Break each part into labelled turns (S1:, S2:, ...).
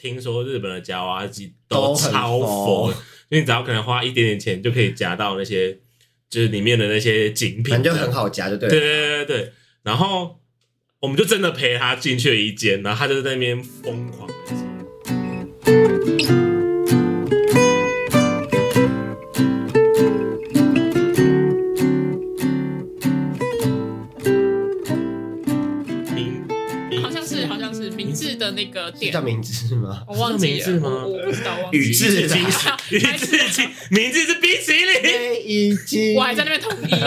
S1: 听说日本的夹娃娃机
S2: 都很
S1: 超
S2: 佛
S1: 佛，因为你只要可能花一点点钱就可以夹到那些，就是里面的那些精品，
S2: 反正就很。好夹，就对了。
S1: 对对对对，然后我们就真的陪他进去了一间，然后他就在那边疯狂地讲。明明
S3: 好像是好像是明治的那个
S2: 是
S3: 店
S2: 叫，明 知吗？
S3: 我忘记
S1: 是明治
S3: 了，
S1: 吗
S3: 我我不知道，我忘
S2: 宇
S3: 记
S1: 治
S2: 治啦
S1: 金石，宇治金，名字是冰淇淋。
S2: 对，已经
S3: 了，我还在那边同意，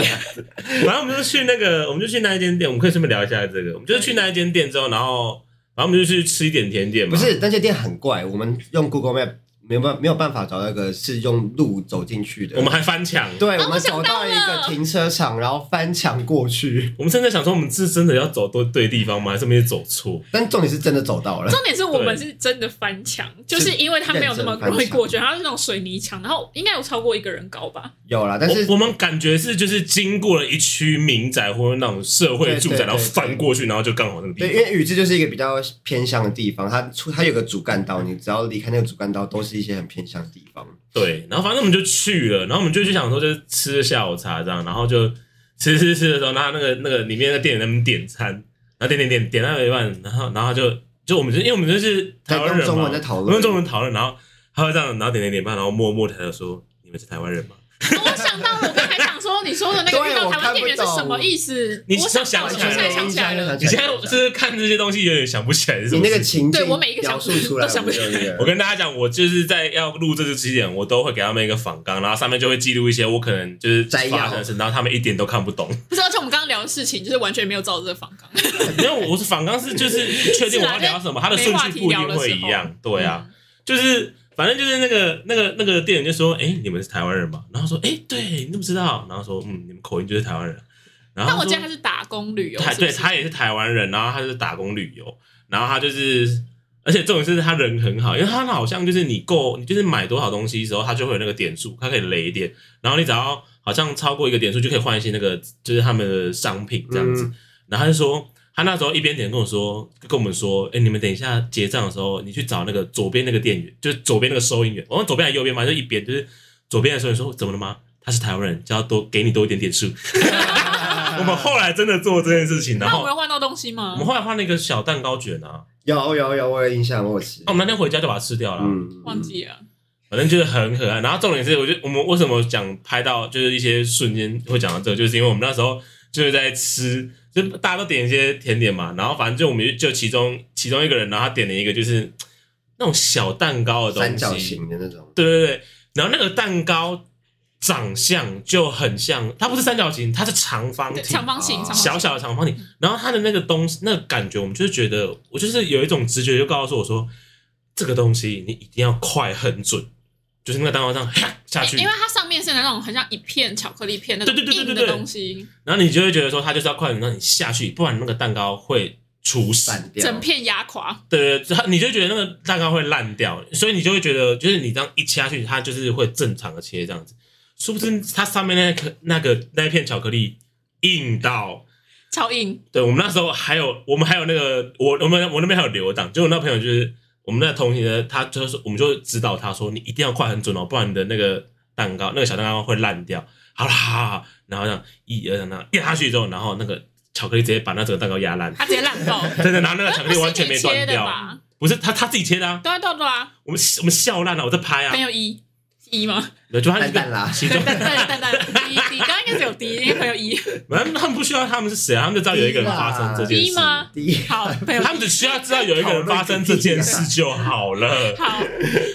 S1: 然后我们就去那个，我们就去那一间店，我们可以顺便聊一下这个。我们就去那一间店之后，然后然后我们就去吃一点甜点嘛。
S2: 不是那些店很怪，我们用 Google Map 没有办没有办法找到一个是用路走进去的。
S1: 我们还翻墙，
S2: 对，
S3: 啊
S2: 我们
S3: 我想
S2: 走到
S3: 到
S2: 一
S3: 了
S2: 个停车场，然后翻墙过去。
S1: 我们甚至想说，我们是真的要走对对地方吗？还是没有走错？
S2: 但重点是真的 走到了，
S3: 重点是我们是真的翻墙，就是因为它没有那么容易过去，它是那种水泥墙，然后应该有超过一个人高吧，
S2: 有啦，但是
S1: 我我们感觉是就是经过了一区民宅或者那种社会住宅，
S2: 对对对
S1: 然后翻过去，然后就刚好那个地
S2: 对，因
S1: 方。
S2: 为宇治就是一个比较偏向的地方，它出它有个主干道，你只要离开那个主干道，都是一些很偏向的地方。
S1: 对，然后反正我们就去了，然后我们就去想说，就是吃下午茶这样，然后就吃吃吃的时候，然后那个那个里面的店员在那边点餐，然后点点点点到一半，然后然后就就我们就因为我们就是台湾人嘛，
S2: 在用中文在讨论
S1: 我们用中文讨论，然后他会这样，然后点点点半，然后默默抬头说：“你们是台湾人吗
S3: 我想到了，我刚才想说，你说的 那
S2: 对
S3: 个
S1: 啊
S3: 遇到
S2: 我
S3: 台
S2: 看
S3: 湾
S2: 不
S3: 店员是
S2: 懂
S3: 什么意思？
S1: 你
S3: 我想到了，
S1: 想
S3: 我
S1: 起来
S3: 现在
S1: 了
S3: 想起来了
S2: 印象。？”
S1: 你现在就是看这些东西有点想不起来是什
S2: 你
S1: 么
S2: 那
S1: 事
S2: 个
S1: 情。
S2: 情境，
S3: 对我每一个
S2: 描
S3: 想不
S2: 述
S3: 起
S2: 出来，
S3: 都想
S2: 我
S3: 不
S2: 就
S3: 起来
S2: 有点
S1: 我跟大家讲，我就是在要录这支之前，我都会给他们一个访纲，然后上面就会记录一些我可能就是
S2: 摘要
S1: 发生的事，然后他们一点都看不懂。
S3: 不是，而且我们刚刚聊的事情就是完全没有照这个访纲，
S1: 没有，我是反纲是就是确定我要聊什么，它的顺序不一定会一样。
S3: 嗯
S1: 对啊，就是反正就是那个那个那个店员就说：“哎、你们是台湾人吗？”然后说：“哎、对，你怎么知道？”然后说：“嗯，你们口音就是台湾人。”然后
S3: 但
S1: 他
S3: 我
S1: 说
S3: 记得他是打工旅游，
S1: 他
S3: 是不
S1: 对
S3: 是
S1: 他也是台湾人，然后他就是打工旅游，然后他就是，而且重点是他人很好，因为他好像就是你购，你就是买多少东西的时候，他就会有那个点数，他可以累一点，然后你只要好像超过一个点数就可以换一些那个就是他们的商品 这样子，
S2: 嗯
S1: 然后他就说。他那时候一边点跟我说，跟我们说，哎、你们等一下结账的时候，你去找那个呃左边那个店员，就是左边那个收银员，我们左边还是右边嘛，就一边就是左边的收银员说，怎么了吗？ 他是台湾人，就要多给你多一点点数。
S2: 嗯
S1: 我们后来真的做这件事情，然
S3: 那
S1: 后
S3: 我们有换到东西吗
S1: 我们？后来换了一个小蛋糕卷啊，
S2: 有有有，我有印象，我有吃
S1: 那、。我们那天回家就把它吃掉了啊、
S2: 嗯，
S3: 忘记了，
S1: 反正就是很可爱。然后重点是，我觉得我们为什么讲拍到就是一些瞬间会讲到这个，就是因为我们那时候就是在吃，就大家都点一些甜点嘛，然后反正就我们就就其中其中一个人，然后他点了一个就是那种小蛋糕的东西，
S2: 三角形的那种，
S1: 对对对，然后那个蛋糕长相就很像，它不是三角形，它是长方
S3: 对
S1: 体，
S3: 长方形，
S2: 啊
S3: 长方
S1: 小
S3: 形。
S1: 小的长方体，然后它的那个东西，那个感觉，我们就是觉得，我就是有一种直觉，就告诉我说，这个东西你一定要快很准，就是那个蛋糕这样啪下去
S3: 因，为它上面是那种很像一片巧克力片那种
S1: 对对对对
S3: 硬
S1: 对
S3: 的
S1: 对
S3: 东西，
S1: 然后你就会觉得说，它就是要快很让你下去，不然那个蛋糕会出事。
S2: 散掉，
S3: 整片压垮。
S1: 对对对，它你就会觉得那个蛋糕会烂掉，所以你就会觉得，就是你这样一切下去，它就是会正常的切这样子。殊不知它上面那颗那个那一片巧克力硬到。
S3: 超硬，
S1: 对我们那时候还有，我们还有那个我我们我那边还有留档，就我那朋友就是我们那同行的，他就是我们就指导他说，你一定要快很准哦，不然你的那个蛋糕那个小蛋糕会烂掉。好啦，好啦好啦然后这样一二三，然后压下去之后，然后那个巧克力直接把那整个蛋糕压烂，
S3: 它直接烂 爆。
S1: 真的，然后那个巧克
S3: 不
S1: 力
S3: 是
S1: 完全
S3: 你
S1: 没
S3: 切
S1: 断
S3: 的
S1: 掉，
S3: 吧？
S1: 不是他他自己切的啊，
S3: 对啊对啊对啊，
S1: 我们我们笑烂了，我在拍啊
S3: 没，有一一吗？
S1: 就他
S2: 蛋蛋 啦，
S1: 其
S3: 对
S1: 中，
S3: 对对对对，滴滴，刚刚应该只有滴，因为朋 友一
S1: 反正他们不需要他们是谁啊，他们就知道有一个人发生这件
S3: 一
S1: 事，
S3: 吗？
S2: 第一，
S3: 好，朋友
S1: 他们只需要知道有一个人发生这件事就好了。
S3: 好，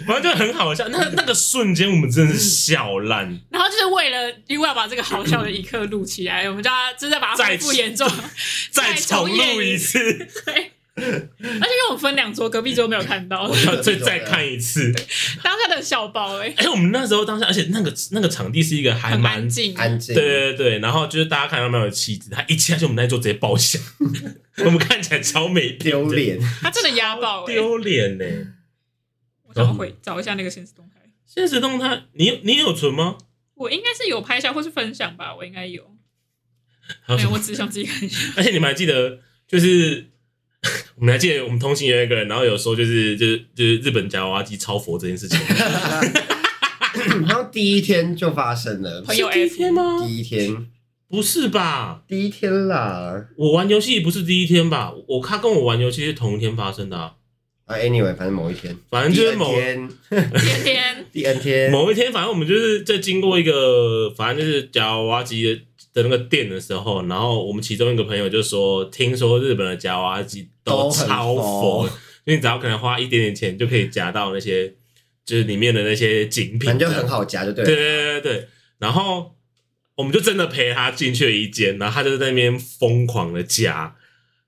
S1: 反正就很好笑。那那个瞬间，我们真的是笑烂。
S3: 然后就是为了因为要把这个好笑的一刻录起来，我们就要就是把它恢复严重，
S1: 再重录一次，
S3: 对。而且因为我们分两桌，隔壁桌没有看 到，
S1: 然后再再看一次。
S3: 当下的小包哎、
S1: 哎、我们那时候当下，而且那个那个场地是一个还
S3: 很
S1: 蛮
S3: 安。静，
S2: 安静，
S1: 对对对，然后就是大家看到蛮有气质，他一切下去，我们那一桌直接爆 笑，我们看起来超没
S2: 丢，脸，
S3: 他真的压爆哎、
S1: 丢脸呢。
S3: 我想要回找一下那个现实动态，
S1: 现实动态，你有你有存吗？
S3: 我应该是有拍下或是分享吧，我应该有，
S1: 还有
S3: 没
S1: 什
S3: 有，
S1: 么
S3: 我只想自己看一下。
S1: 而且你们还记得，就是 我们还记得我们同行有一个人，然后有时候就是就是就是日本夹娃娃机超佛这件 事情，
S2: 然后第一天就发生了，
S3: 朋友
S1: 是第一
S3: F
S1: 天吗？
S2: 第一天，
S1: 不是吧？
S2: 第一天啦。
S1: 我玩游戏不是第一天吧？我他跟我玩游戏是同一天发生的、啊，
S2: 啊，anyway，反正某一天，
S1: 反正
S2: 第
S1: 就是
S2: N
S1: 某
S2: 天，
S3: 天天
S2: 第 N 天，
S1: 某一天，反正我们就是在经过一个，反正就是夹娃娃机的的那个店的时候，然后我们其中一个朋友就说，听说日本的夹娃娃机
S2: 都很
S1: 超
S2: 佛
S1: 佛，因为你只要可能花一点点钱就可以夹到那些，就是里面的那些精品，
S2: 反正就很。好夹，就对
S1: 对对对对
S2: 了。
S1: 对，然后我们就真的陪他进去了一间，然后他就在那边疯狂的夹，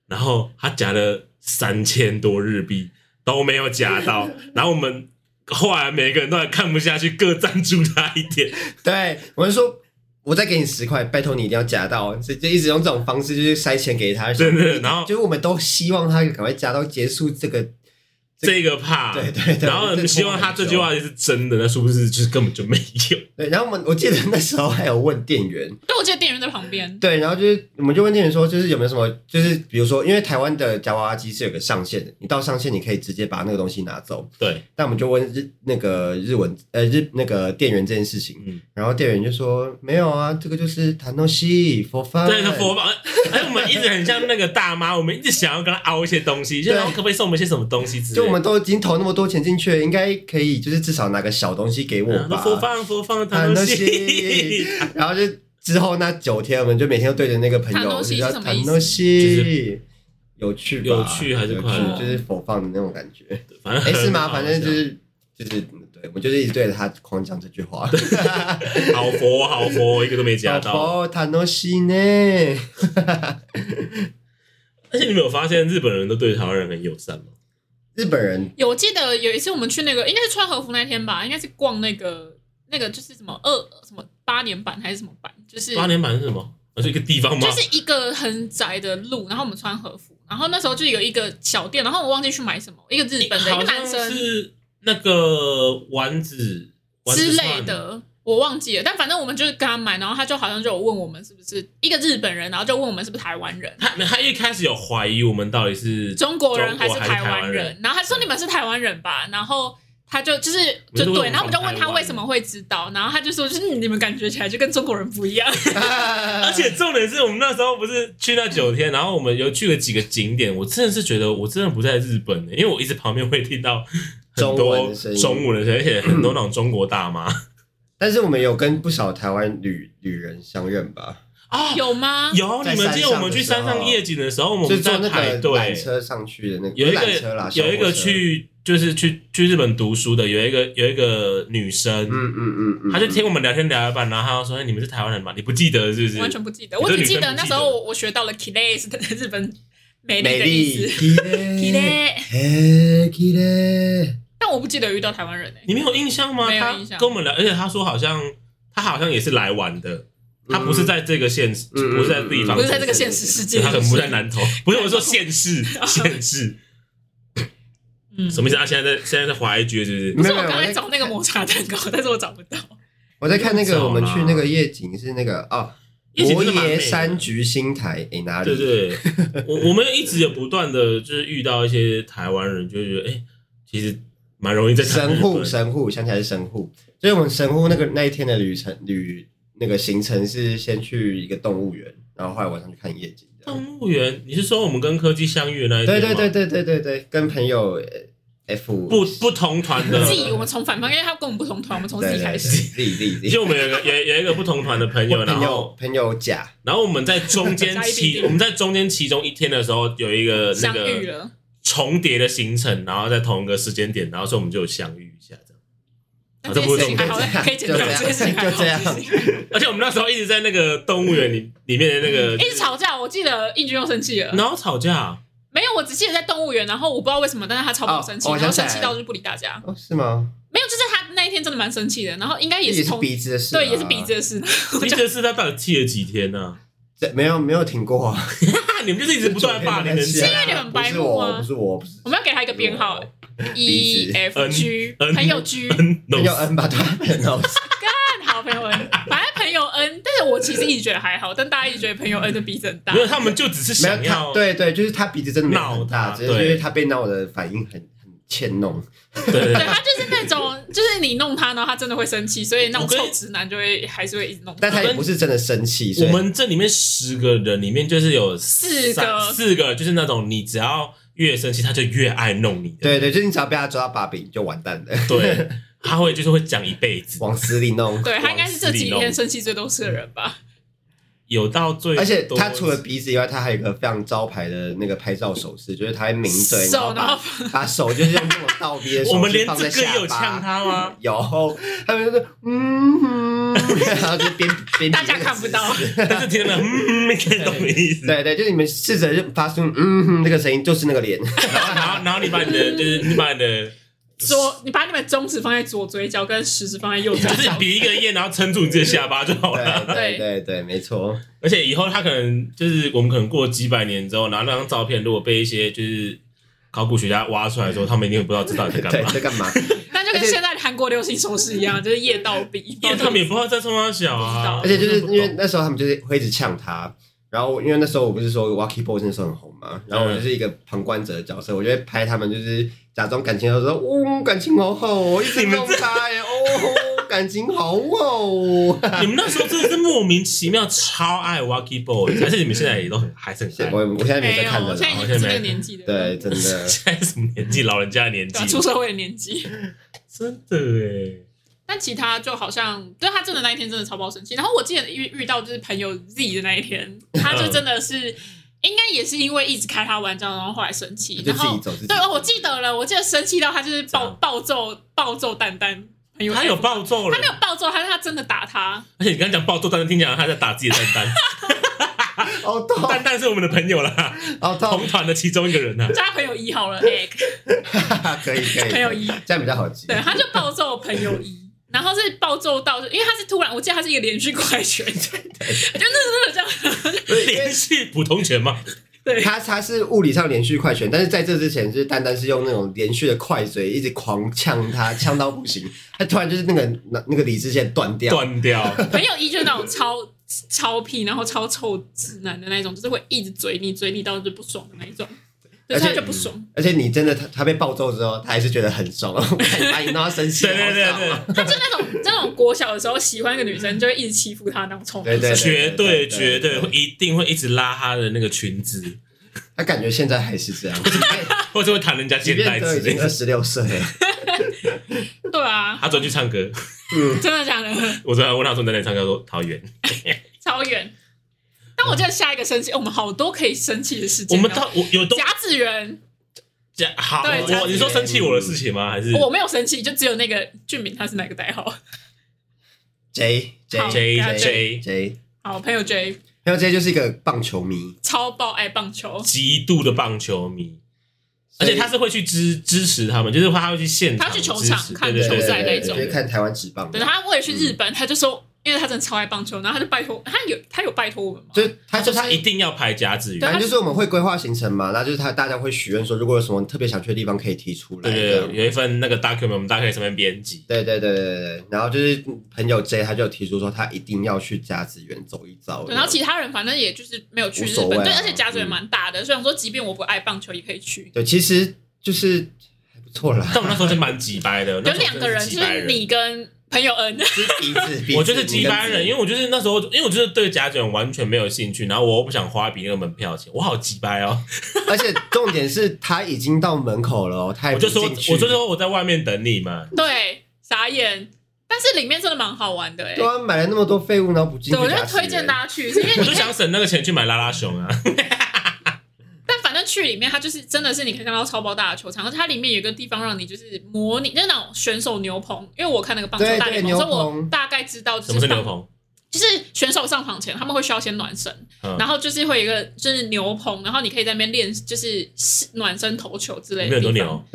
S1: 然后他夹了三千多日币都没有夹 到，然后我们后来每个人都还看不下去，各赞助他一点，
S2: 对，我就说，我再给你十块，拜托你一定要夹到，所以就一直用这种方式，就是塞钱给他。
S1: 对对对，然后
S2: 就是我们都希望他赶快夹到结束这个，
S1: 这个怕，
S2: 对对对。
S1: 然后
S2: 这拖
S1: 希望他
S2: 很久
S1: 这句话是真的，那殊不知就是根本就没有。
S2: 对，然后我们我记得那时候还有问店员，
S3: 对，我记得店员在旁边，
S2: 对，然后就是我们就问店员说，就是有没有什么，就是比如说，因为台湾的夹娃娃机是有个上限的，你到上限你可以直接把那个东西拿走。
S1: 对，
S2: 但我们就问日那个日文呃日那个店员这件事情，
S1: 嗯，
S2: 然后店员就说没有啊，这个就是弹东西 for fun。
S1: 对，他佛宝，哎，我们一直很像那个大妈，我们一直想要跟他凹一些东西，就
S2: 对
S1: 然后可不可以送我们一些什么东西之类的？
S2: 就我们都已经投那么多钱进去了，应该可以就是至少拿个小东西给我
S1: 嗯
S2: 吧。
S1: 佛放佛放
S2: 弹
S1: 弹
S2: 东
S1: 东
S2: 西
S1: 西，，
S2: 然后就之后那九天，我们就每天都对着那个朋
S3: 弹
S2: 友，
S3: 东西
S2: 就叫
S3: 是什么意
S2: 弹
S3: 思
S2: 东西，有趣吧
S1: 有趣还是
S2: 有
S1: 快
S3: 乐
S2: 趣就是否放的那种感觉。
S1: 反 正
S2: 哎，是
S1: 很
S2: 吗？
S1: 好
S2: 反正就是就是对，我就是一直对着他狂讲这句话。
S1: 笑好佛好佛，一个都没夹到。
S2: 哦，弹东西呢？
S1: 而且你们有发现日本人都对台湾人很友善吗？
S2: 日本人
S3: 有我记得有一次我们去那个，应该是穿和服那天吧，应该是逛那个那个就是什么二什么八年版还是什么版，就是
S1: 八年版是什么？那是一个地方吗
S3: 就？是一个很窄的路，然后我们穿和服，然后那时候就有一个小店，然后我忘记去买什么，一个日本的一
S1: 好
S3: 个男
S1: 像
S3: 生
S1: 是那个丸子丸
S3: 之
S1: 子
S3: 类
S1: 串，
S3: 的，我忘记了，但反正我们就是跟他买，然后他就好像就有问我们是不是一个日本人，然后就问我们是不是台湾人。
S1: 他他一开始有怀疑我们到底是
S3: 中国人还是
S1: 中国
S3: 台
S1: 台
S3: 湾
S1: 湾
S3: 人
S1: 人？
S3: 然后他说你们是台湾人吧？然后他就就是就
S1: 你们是
S3: 对，
S1: 为什么
S3: 然后我们就问
S1: 台
S3: 他
S1: 湾
S3: 为什么会知道，然后他就说就是你们感觉起来就跟中国人不一 样。
S1: 而
S2: 而
S1: 且重点是我们那时候不是去那九天，然后我们有去了几个景点，我真的是觉得我真的不在日本、欸因为我一直旁边会听到很
S2: 中文
S1: 多
S2: 的声音嗯
S1: 中文的声音，而且很多那种中国大妈
S2: 但是我们有跟不少台湾女女人相认吧？
S1: 啊，
S3: 有吗？
S1: 有
S2: 在
S1: 你们
S2: 山
S1: 记得我
S2: 上
S1: 们
S2: 的
S1: 去
S2: 时
S1: 山上
S2: 候
S1: 夜景的时候，我
S2: 就
S1: 们
S2: 是坐
S1: 在
S2: 那
S1: 排
S2: 个
S1: 队
S2: 缆，车上去的那个，
S1: 有一
S2: 不是缆车
S1: 个
S2: 啦，
S1: 有一
S2: 小火
S1: 个
S2: 车，
S1: 去就是去去日本读书的，有一个有一个女生，
S2: 嗯嗯嗯嗯，
S1: 她就听我们聊天聊到一半，然后她就说：“哎你们是台湾人吗？你不记得是不是？”
S3: 完全不记得，
S1: 你
S3: 我
S1: 说
S3: 只
S1: 女生
S3: 记
S1: 不
S3: 得
S1: 记得
S3: 那时候我学到了 k i l e 是 日本美丽
S2: 美
S3: 的
S2: 丽
S3: 意思。k i l
S2: ，kile
S3: e
S2: ，kile，
S3: 但我不记得有遇到台湾人欸诶、
S1: 你没有印象吗？
S3: 没有
S1: 他
S3: 印象
S1: 跟我们聊，而且他说好像他好像也是来玩的，他不是在这个县，市，
S2: 嗯
S1: 不是在地方，
S3: 不是在这个哦现实世界，
S1: 对他可能不在
S3: 南。
S1: 南投，不是我说县市，县市
S3: 嗯，
S1: 什么意思？他啊现在在现在在滑 IG 是不是？
S3: 不
S2: 没
S3: 是
S2: 有
S3: 我
S2: 没有，
S3: 刚
S2: 我
S3: 才
S2: 在
S3: 找那个抹茶蛋糕，但是我找不到。
S2: 我在看那
S1: 不用
S2: 个
S1: 找
S2: 我们去
S1: 啦
S2: 那个夜景是那个哦，
S1: 夜景
S2: 摩
S1: 真的蛮美
S2: 耶
S1: 的
S2: 山菊新台诶哪里？
S1: 对对，对 我我们一直也不断的就是遇到一些台湾人，就觉得哎、其实蛮容易在台湾
S2: 神户，
S1: 日本
S2: 神户，想起来是神户，所以我们神户那个那一天的旅程旅那个行程是先去一个动物园，然后后来晚上去看夜景。这样
S1: 动物园，你是说我们跟科技相遇的那一
S2: 对
S1: 天吗
S2: 对对，对对对对，跟朋友呃 F
S1: 不不同团的，
S3: 自己我们从反方，因为他跟我们不同团，我们从
S2: 对
S3: 自
S2: 对
S3: 己开
S2: 对
S3: 始。
S2: 自己自己自己，
S1: 就我们有一个有有一个不同团的朋友，
S2: 我
S1: 然
S2: 朋
S1: 后
S2: 友朋友甲，
S1: 然后我们在中间
S3: 加一点
S1: 其
S3: 点
S1: 我们在中间其中一天的时候有一个那
S3: 相遇
S1: 个
S3: 了，
S1: 重叠的行程，然后在同一个时间点，然后所以我们就有相遇一下这样。
S3: 那
S1: 啊
S3: 这
S1: 这
S3: 件
S1: 不
S3: 事
S1: 是
S3: 情还好，可以剪掉
S2: 就这
S3: 这
S2: 样
S3: 件事情还好。
S2: 就这样
S1: 而且我们那时候一直在那个动物园里里面的那个，
S3: 一直吵架，我记得应军又生气了。
S1: 然后吵架，
S3: 没有，我只记得在动物园，然后我不知道为什么，但是他超爆生气，
S2: 哦哦
S3: 然后
S2: 我想起来
S3: 生气到就是不理大家。
S2: 哦是吗？
S3: 没有，就是他那一天真的蛮生气的，然后应该也
S2: 也
S3: 是
S2: 是
S3: 同
S2: 鼻子的事啊，
S3: 对，也是鼻子的事。
S1: 你这是他到底气了几天呢、
S2: 这，没有没有停过啊，
S1: 啊？你们就是一直不断地霸 凌人
S2: 是
S1: 家
S2: 因
S3: 为你们白目啊
S2: 不是我，不是
S3: 我们要给他一个编号，E
S2: 哦鼻子
S3: F G
S1: 嗯
S3: 朋友 G，
S1: 嗯
S2: 我，
S1: ，no
S2: 哦要 N 吧，对，N
S3: 好朋友 N，反正朋友 N 但是我其实一直觉得还好，但大家一直觉得朋友恩的鼻子很大
S1: 没。有，他们就只是
S2: 没有
S1: 想
S2: 他，
S1: 要
S2: 对对，就是他鼻子真的没有很
S1: 闹
S2: 大，
S1: 他
S2: 只是因为
S1: 对
S2: 他被闹的反应很很欠弄。
S1: 对
S3: 对他就是那种，就是你弄他，然后他真的会生气，所以那种
S1: 我跟
S3: 臭直男就会还是会一直弄。
S2: 但他也不是真的生气，所以
S1: 我们这里面十个人里面就是有
S3: 四
S1: 三
S3: 个
S1: 四个就是那种你只要越生气他就越爱弄你的，
S2: 对对，就是你只要被他抓到把柄就完蛋了，
S1: 对，他会就是会讲一辈子，
S2: 往死里弄。
S3: 对他应该是这几天生气最多次的人吧？
S1: 有到最多
S2: 而且他除了鼻子以外，他还有一个非常招牌的那个拍照手势，就是他会抿嘴，然
S3: 手
S2: 后
S3: 然后
S2: 把 把手就是用这种倒逼的手
S1: 我们
S2: 势
S1: 连
S2: 放
S1: 这
S2: 在
S1: 个也
S2: 下
S1: 有呛
S2: 巴。
S1: 他吗？
S2: 有，他们就是嗯哼，然后就边边比
S3: 大家
S2: 那个
S3: 看不到
S2: 姿势
S1: 但是听了嗯没看懂你意思，
S2: 对对，就是你们试着就发出嗯哼那个声音，就是那个脸。
S1: 然后然后然后你把你的就是你把你的
S3: 左，你把你们中指放在左嘴角，跟食指放在右
S1: 就
S3: 嘴
S1: 是
S3: 角。
S1: 比一个耶，然后撑住你自己的下巴就好了。
S2: 对对对对，没错。
S1: 而且以后他可能就是我们可能过几百年之后，然后那张照片如果被一些就是考古学家挖出来的时候，他们一定会不知道这到底在干
S2: 对，
S1: 嘛，
S2: 在干 嘛？
S3: 那就跟现在的韩国流行手势一样，就是夜道 鼻。
S1: 因为他们也不知道在冲他小啊。
S2: 而且就是因为那时候他们就是会一直呛他，然后因为那时候我不是说 Wacky Boy 那时候很红
S3: 嗯
S2: 嘛，然后我就是一个旁观者的角色，我就会拍他们就是假装感情好，说哦感情好好，哦，一直弄他耶，哦感情好哦 好。
S1: 你们那时候真的是莫名其妙超爱 Wacky Boy，而且你们现在也都很还是很
S2: 现
S1: 爱。
S2: 我我现在没在
S3: 没
S2: 看了
S3: 有，
S2: 啦，
S3: 哎现在已经不是那个年纪的
S2: 对，
S3: 人
S2: 真的。
S1: 现在什么年纪？老人家的年
S3: 对啊，
S1: 纪
S3: 出，社会的年纪。
S1: 真的哎。
S3: 但其他就好像，对他真的那一天真的超爆生气。然后我记得遇遇到就是朋友 Z 的那一天，他就真的是应该也是因为一直开他玩笑，然后后来生气，
S2: 就
S3: 然
S2: 自己
S3: 后
S2: 走自己。
S3: 对哦，我记得了，我记得生气到他就是
S1: 这
S3: 暴
S1: 样
S3: 暴揍暴揍蛋蛋，朋友
S1: 他有暴揍
S3: 他
S1: 人
S3: 没，有暴揍他，但他真的打他，
S1: 而且你刚刚讲暴揍蛋蛋，听起来他在打自己的蛋 蛋。
S2: 好痛，
S1: 蛋蛋是我们的朋友 啦，
S2: 好痛
S1: 同，团的其中一个人呐。啊
S3: 叫他朋友一好了 egg
S2: 可以可以，
S3: 朋友一，
S2: 这样比较好记。
S3: 对，他就暴揍朋友一。然后是暴揍到，因为他是突然，我记得他是一个连续快拳，我就那那这样，
S1: 连续普通拳吗？
S3: 对，
S2: 他他是物理上连续快拳，但是在这之前，就是单单是用那种连续的快嘴一直狂呛他，呛到不行。他突然就是那个那那个理智线断掉，
S1: 断掉。
S3: 朋友一就是那种超超屁，然后超臭直男的那种，就是会一直嘴你，嘴你到就不爽的那一种，对，
S2: 而且
S3: 他就不 爽。
S2: 而且你真的他他被暴揍之后，他还是觉得很爽， 我看你把你弄到生 气，
S1: 对对
S2: 好爽
S1: 对
S2: 啊
S3: 他就那种那种国小的时候喜欢一个女生，就会一直欺负她那种臭
S2: 对
S3: 男
S2: 对
S1: 对，
S3: 生。
S1: 绝对绝对会
S2: 对，
S1: 一定会一直拉他的那个裙子，
S2: 他感觉现在还是这样，
S1: 或者会弹人家
S2: 即
S1: 肩带
S2: 便都
S1: 之
S2: 已
S1: 类
S2: 经二
S1: 的。
S2: 十六岁了，
S3: 对啊，
S1: 他昨天去唱歌，
S2: 嗯，
S3: 真的假的？
S1: 我昨天问他说你在哪里唱歌，他说桃园。
S3: 超远。但我记得下一个生气，哦我们好多可以生气的事
S1: 我
S3: 情哦。
S1: 们到我有都
S3: 甲子园，
S1: 讲好，
S3: 对讲
S1: 我你说生气我的事情吗？还是
S3: 我没有生气，就只有那个俊敏他是哪个代号？
S2: J J
S3: 好
S1: J
S3: 给他
S1: J
S2: J，
S3: 好，朋友 J
S2: 然后 J 就是一个棒球迷，
S3: 超爆爱棒球，
S1: 极度的棒球迷，而
S2: 所以
S1: 且他是会去支支持他们，就是他会去现场
S3: 他
S1: 支
S3: 去
S1: 持，
S3: 球场看
S1: 对对
S3: 球
S1: 对
S3: 赛
S1: 对
S3: 那种
S2: 就是看台湾职棒的
S3: 对，他为了去日本，他就说，因为他真的超爱棒球，然后他就拜托，他有他有拜托我们吗？
S2: 就是他
S1: 就
S2: 就
S1: 是他一定要排甲子
S3: 对
S1: 园。
S2: 反正就是我们会规划行程嘛，那就是他大家会许愿说，如果有什么特别想去的地方可以提出来。
S1: 对
S2: 这
S1: 对，
S2: 样
S1: 对有一份那个 document，我们大家可以上面编辑。
S2: 对对对对对对。然后就是朋友 J 他就有提出说，他一定要去甲子园走一遭。
S3: 对，然后其他人反正也就是没有去
S2: 无
S3: 日
S2: 所谓
S3: 本，
S2: 啊
S3: 对，而且甲子园蛮大的，所以我说即便我不爱棒球也可以去。
S2: 对，其实就是还不错 啦，
S1: 但我那时候是蛮几掰的，
S3: 有
S1: 那时候
S3: 两个
S1: 真的
S3: 人，
S1: 是几
S3: 就
S1: 掰
S3: 是你跟朋友恩，
S2: 就是鼻子，鼻子
S1: 我就是鸡巴人，因
S2: 为
S1: 为我就是那时候，因为我就是对甲卷完全没有兴趣，然后我又不想花比那个门票钱，我好鸡巴哦！
S2: 而且重点是他已经到门口了哦，他也
S1: 我
S2: 不
S1: 就说，我
S2: 进去。
S1: 就说我在外面等你 嘛。
S3: 对，傻眼。但是里面真的蛮好玩的哎、
S2: 对啊，买了那么多废物，然后不进
S3: 对，
S2: 去。
S3: 我就推荐
S2: 他。
S3: 大家去，是因为
S1: 我
S3: 你
S1: 就
S3: 看，
S1: 想省那个钱去买拉拉熊 啊，
S3: 但反正去里面它就是真的是你可以看到超爆大的球场，而且它里面有一个地方让你就是模拟就是那种选手牛棚，因为我看那个棒球
S2: 对
S3: 大
S2: 对
S3: 联盟，所以
S2: 牛
S3: 我
S2: 棚
S3: 大概知道就
S1: 什么是
S3: 棒
S1: 牛棚？
S3: 就是选手上场前，他们会需要先暖身，
S1: 嗯
S3: 然后就是会有一个就是牛棚，然后你可以在那边练，就是暖身投球之
S1: 里面有
S3: 类
S1: 很
S3: 的。
S1: 多，